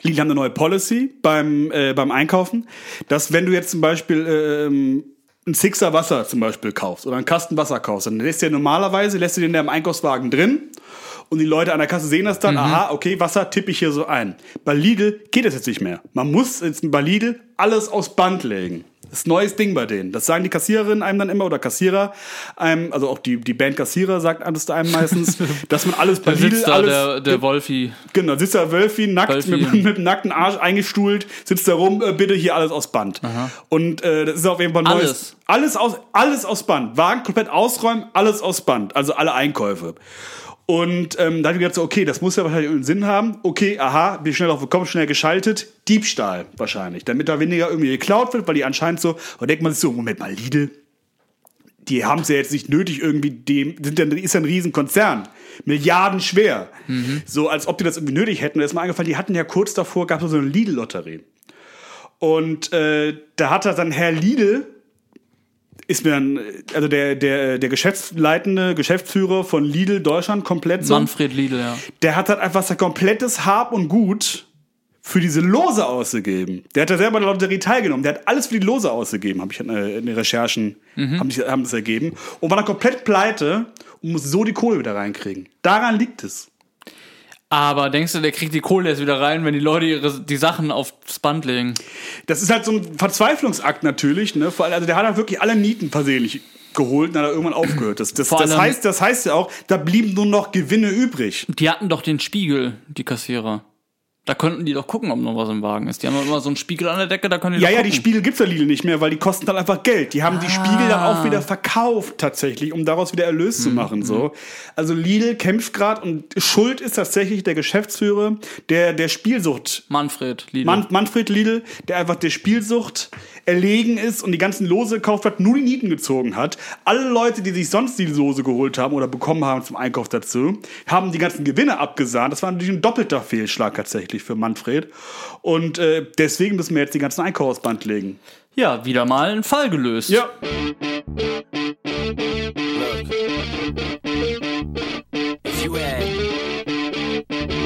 S5: Lidl haben eine neue Policy beim, äh, beim Einkaufen, dass wenn du jetzt zum Beispiel ähm, ein Sixer Wasser zum Beispiel kaufst oder einen Kasten Wasser kaufst, dann lässt du ja normalerweise, lässt du den da im Einkaufswagen drin und die Leute an der Kasse sehen das
S6: Mhm.
S5: dann, aha, okay, Wasser tippe ich hier so ein. Bei Lidl geht das jetzt nicht mehr. Man muss jetzt bei Lidl alles aufs Band legen. Das ist ein neues Ding bei denen. Das sagen die Kassiererinnen einem dann immer oder Kassierer, einem, also auch die, die Band Kassierer sagt alles einem meistens, dass man alles bei
S6: Da
S5: Lidl
S6: sitzt da
S5: alles
S6: der, der Wolfi.
S5: Genau, sitzt da Wölfi nackt,
S6: Wölfi.
S5: Mit, mit dem nackten Arsch eingestuhlt, sitzt da rum, äh, bitte hier alles aus Band. Und äh, das ist auf jeden Fall neues. Alles
S6: Alles.
S5: aus, alles aus Band. Wagen komplett ausräumen, alles aus Band. Also alle Einkäufe. Und ähm, da habe ich gedacht, so, okay, das muss ja wahrscheinlich einen Sinn haben. Okay, aha, bin schnell auf den Kopf, schnell geschaltet. Diebstahl wahrscheinlich, damit da weniger irgendwie geklaut wird, weil die anscheinend so, und denkt man sich so, Moment mal, Lidl, die haben es ja jetzt nicht nötig, irgendwie dem, sind ja, ist ja ein Riesenkonzern. Milliarden schwer. So, als ob die das irgendwie nötig hätten. Da ist mir eingefallen, die hatten ja kurz davor, gab es so eine Lidl-Lotterie. Und äh, da hat er dann Herr Lidl, ist mir dann, also der, der, der geschäftsleitende Geschäftsführer von Lidl Deutschland komplett so,
S6: Manfred Lidl, ja.
S5: der hat halt einfach sein komplettes Hab und Gut für diese Lose ausgegeben. Der hat da selber an der Lotterie teilgenommen. Der hat alles für die Lose ausgegeben, habe ich in, äh, in den Recherchen,
S6: Mhm.
S5: haben, sich, haben das ergeben. Und war dann komplett pleite und muss so die Kohle wieder reinkriegen. Daran liegt es.
S6: Aber denkst du, der kriegt die Kohle jetzt wieder rein, wenn die Leute ihre, die Sachen aufs Band legen?
S5: Das ist halt so ein Verzweiflungsakt natürlich, ne? Vor allem, also der hat halt wirklich alle Nieten versehentlich geholt und hat dann irgendwann aufgehört. Das, das,
S6: Vor
S5: das,
S6: allem-
S5: heißt, das heißt ja auch, da blieben nur noch Gewinne übrig.
S6: Die hatten doch den Spiegel, die Kassierer. Da könnten die doch gucken, ob noch was im Wagen ist. Die haben doch immer so einen Spiegel an der Decke, da können die
S5: Ja,
S6: doch
S5: ja,
S6: gucken. Ah.
S5: die Spiegel gibt's ja Lidl nicht mehr, weil die kosten dann einfach Geld. Die haben die Spiegel dann auch wieder verkauft tatsächlich, um daraus wieder Erlös
S6: Mhm,
S5: zu machen. So, also Lidl kämpft gerade und Schuld ist tatsächlich der Geschäftsführer, der der Spielsucht
S6: Manfred Lidl.
S5: Man Manfred Lidl, der einfach der Spielsucht erlegen ist und die ganzen Lose gekauft hat, nur die Nieten gezogen hat. Alle Leute, die sich sonst die Lose geholt haben oder bekommen haben zum Einkauf dazu, haben die ganzen Gewinne abgesahnt. Das war natürlich ein doppelter Fehlschlag tatsächlich für Manfred. Und äh, deswegen müssen wir jetzt die ganzen Einkauf aufs Band legen.
S6: ja, wieder mal ein Fall gelöst.
S5: Ja,
S8: If you had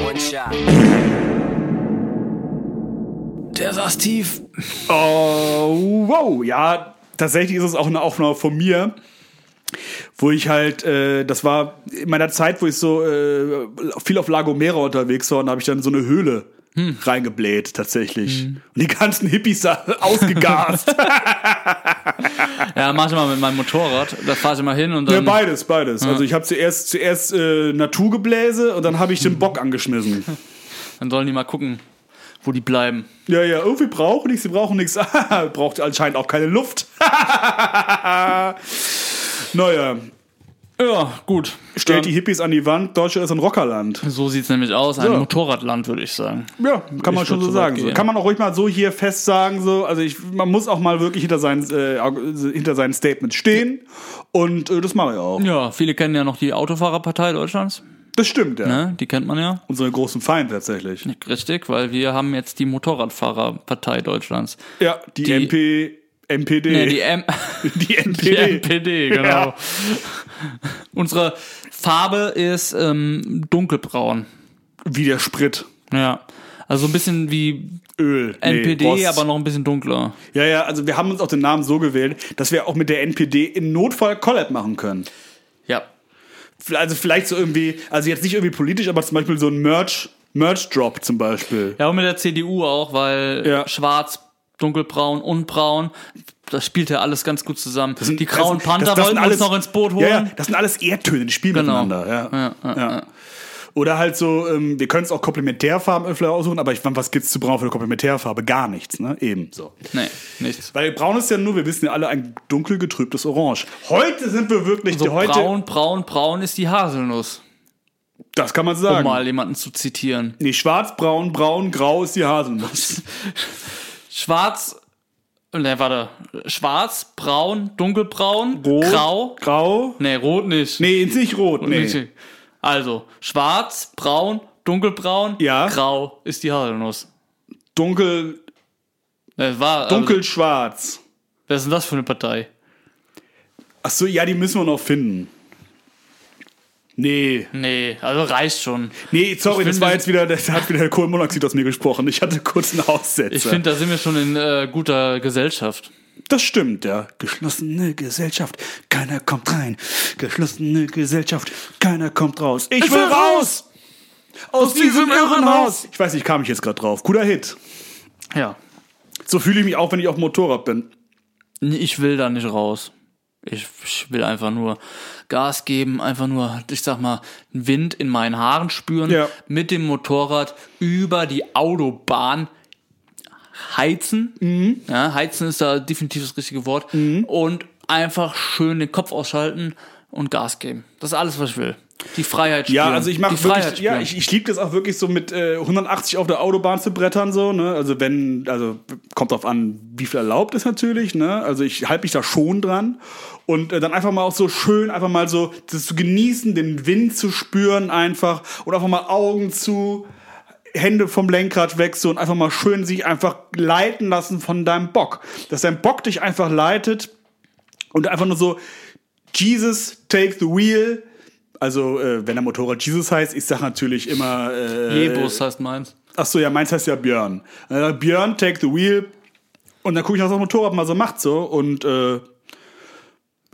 S8: one shot.
S6: Der saß tief.
S5: Oh, Äh, wow, ja, tatsächlich ist es auch eine Aufnahme von mir, wo ich halt, äh, das war in meiner Zeit, wo ich so äh, viel auf La Gomera unterwegs war, und da habe ich dann so eine Höhle reingebläht, tatsächlich. Und die ganzen Hippies da ausgegast.
S6: Ja, mach ich mal mit meinem Motorrad. Da fahr ich mal hin und
S5: Ähm, ja,
S6: dann.
S5: beides, beides. Also ich habe zuerst, zuerst äh, Naturgebläse und dann habe ich den Bock angeschmissen.
S6: Dann sollen die mal gucken, wo die bleiben.
S5: Ja, ja, irgendwie brauchen nichts, sie brauchen nichts. Braucht anscheinend auch keine Luft. naja,
S6: Ja, gut.
S5: Stellt
S6: Dann-
S5: die Hippies an die Wand, Deutschland ist ein Rockerland.
S6: So sieht's nämlich aus. Ein
S5: Ja.
S6: Motorradland, würde ich sagen.
S5: Ja, kann man
S6: Ich
S5: schon
S6: würd
S5: so
S6: so weit
S5: sagen. So.
S6: gehen.
S5: Kann man auch ruhig mal so hier fest sagen, so, also ich, man muss auch mal wirklich hinter seinen, äh, hinter seinen Statements stehen. Und äh, das mache ich auch.
S6: Ja, viele kennen ja noch die Autofahrerpartei Deutschlands.
S5: Das stimmt, ja.
S6: Ne? Die kennt man ja.
S5: Unsere großen Feinde tatsächlich.
S6: Richtig, weil wir haben jetzt die Motorradfahrerpartei Deutschlands.
S5: Ja, die,
S6: Die-
S5: MP, MPD.
S6: Nee, die, M
S5: die,
S6: die
S5: MPD.
S6: MPD, genau.
S5: Ja.
S6: Unsere Farbe ist ähm, dunkelbraun.
S5: Wie der Sprit.
S6: Ja. Also so ein bisschen wie
S5: Öl. Nee,
S6: NPD,
S5: Rost.
S6: aber noch ein bisschen dunkler.
S5: Ja, ja, also wir haben uns auch den Namen so gewählt, dass wir auch mit der NPD im Notfall Collab machen können.
S6: Ja.
S5: Also vielleicht so irgendwie, also jetzt nicht irgendwie politisch, aber zum Beispiel so ein Merch, Merch-Drop zum Beispiel.
S6: Ja, und mit der CDU auch, weil
S5: Ja.
S6: schwarz, dunkelbraun und braun, das spielt ja alles ganz gut zusammen. die grauen
S5: Also, Das-
S6: Panther
S5: das- das sind
S6: wollten
S5: alles-
S6: uns noch ins Boot holen.
S5: Ja, ja, das sind alles Erdtöne, die spielen
S6: Genau.
S5: miteinander. Ja.
S6: Ja, ja, ja.
S5: Oder halt so, ähm, wir können es auch Komplementärfarben öfter aussuchen, aber ich meine, was gibt's zu braun für eine Komplementärfarbe? Gar nichts, ne? Eben so.
S6: Nee, nichts.
S5: Weil braun ist ja nur, wir wissen ja alle, ein dunkel getrübtes Orange. Heute sind wir wirklich,
S6: So
S5: die heute,
S6: braun, braun, braun ist die Haselnuss,
S5: das kann man
S6: um
S5: sagen.
S6: mal jemanden zu zitieren.
S5: Nee, schwarz, braun, braun, grau ist die Haselnuss.
S6: Schwarz, ne, warte, schwarz, braun, dunkelbraun, grau,
S5: Grau?
S6: nee, rot nicht.
S5: Nee, ist nicht rot, nee.
S6: Nicht. Also, schwarz, braun, dunkelbraun,
S5: Ja.
S6: grau ist die Haselnuss.
S5: Dunkel,
S6: Das war,
S5: dunkelschwarz.
S6: was ist denn das für eine Partei?
S5: Ach so, ja, die müssen wir noch finden. Nee,
S6: Nee, also reicht schon.
S5: Nee, sorry,
S6: Ich
S5: das
S6: finde,
S5: war
S6: wir
S5: jetzt wieder, das hat wieder der Kohlenmonoxid aus mir gesprochen. Ich hatte kurz einen Aussetzer.
S6: Ich finde, da sind wir schon in äh, guter Gesellschaft.
S5: das stimmt, ja. Geschlossene Gesellschaft, keiner kommt rein. Geschlossene Gesellschaft, keiner kommt raus. Ich, will raus! Aus, diesem Irrenhaus! Ich weiß nicht, kam ich jetzt gerade drauf. Cooler Hit.
S6: Ja.
S5: So fühle ich mich auch, wenn ich auf dem Motorrad bin.
S6: Nee, Ich will da nicht raus. Ich, ich will einfach nur Gas geben, einfach nur, ich sag mal, einen Wind in meinen Haaren spüren,
S5: Ja.
S6: mit dem Motorrad über die Autobahn heizen.
S5: Mhm.
S6: Ja, heizen ist da definitiv das richtige Wort. Und einfach schön den Kopf ausschalten und Gas geben. Das ist alles, was ich will. Die Freiheit spielen.
S5: Ja, also ich mache
S6: die Freiheit
S5: wirklich,
S6: spielen.
S5: ja, ich, ich liebe das auch wirklich so mit äh, 180 auf der Autobahn zu brettern so, ne? Also wenn, also kommt drauf an, wie viel erlaubt ist natürlich, ne? Also ich halte mich da schon dran und äh, dann einfach mal auch so schön, einfach mal so das zu genießen, den Wind zu spüren einfach und einfach mal Augen zu. Hände vom Lenkrad weg so und einfach mal schön sich einfach leiten lassen von deinem Bock. Dass dein Bock dich einfach leitet und einfach nur so Jesus take the wheel. Also äh, wenn der Motorrad Jesus heißt, ich sag natürlich immer äh,
S6: Jebus heißt meins.
S5: ach so ja, meins heißt ja Björn. Äh, Björn take the wheel und dann gucke ich was das Motorrad mal so macht so und äh,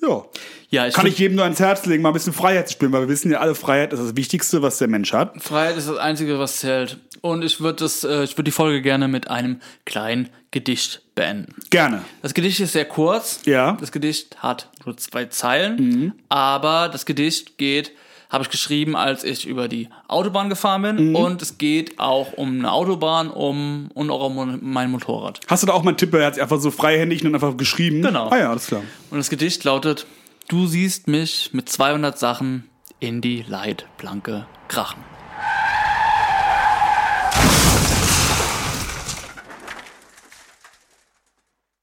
S5: ja.
S6: Ja, ich
S5: Kann
S6: find-
S5: ich jedem nur ans Herz legen, mal ein bisschen Freiheit zu spielen, weil wir wissen ja alle, Freiheit ist das Wichtigste, was der Mensch hat.
S6: Freiheit ist das Einzige, was zählt. Und ich würde das, äh, ich würde die Folge gerne mit einem kleinen Gedicht beenden.
S5: Gerne.
S6: Das Gedicht ist sehr kurz.
S5: Ja.
S6: Das Gedicht hat nur zwei Zeilen, aber das Gedicht geht, habe ich geschrieben, als ich über die Autobahn gefahren bin. Und es geht auch um eine Autobahn, um und auch um mein Motorrad.
S5: Hast du da auch mal einen Tipp, er hat einfach so freihändig und dann einfach geschrieben?
S6: Genau.
S5: Ah ja, alles klar.
S6: Und das Gedicht lautet: Du siehst mich mit 200 Sachen in die Leitplanke krachen.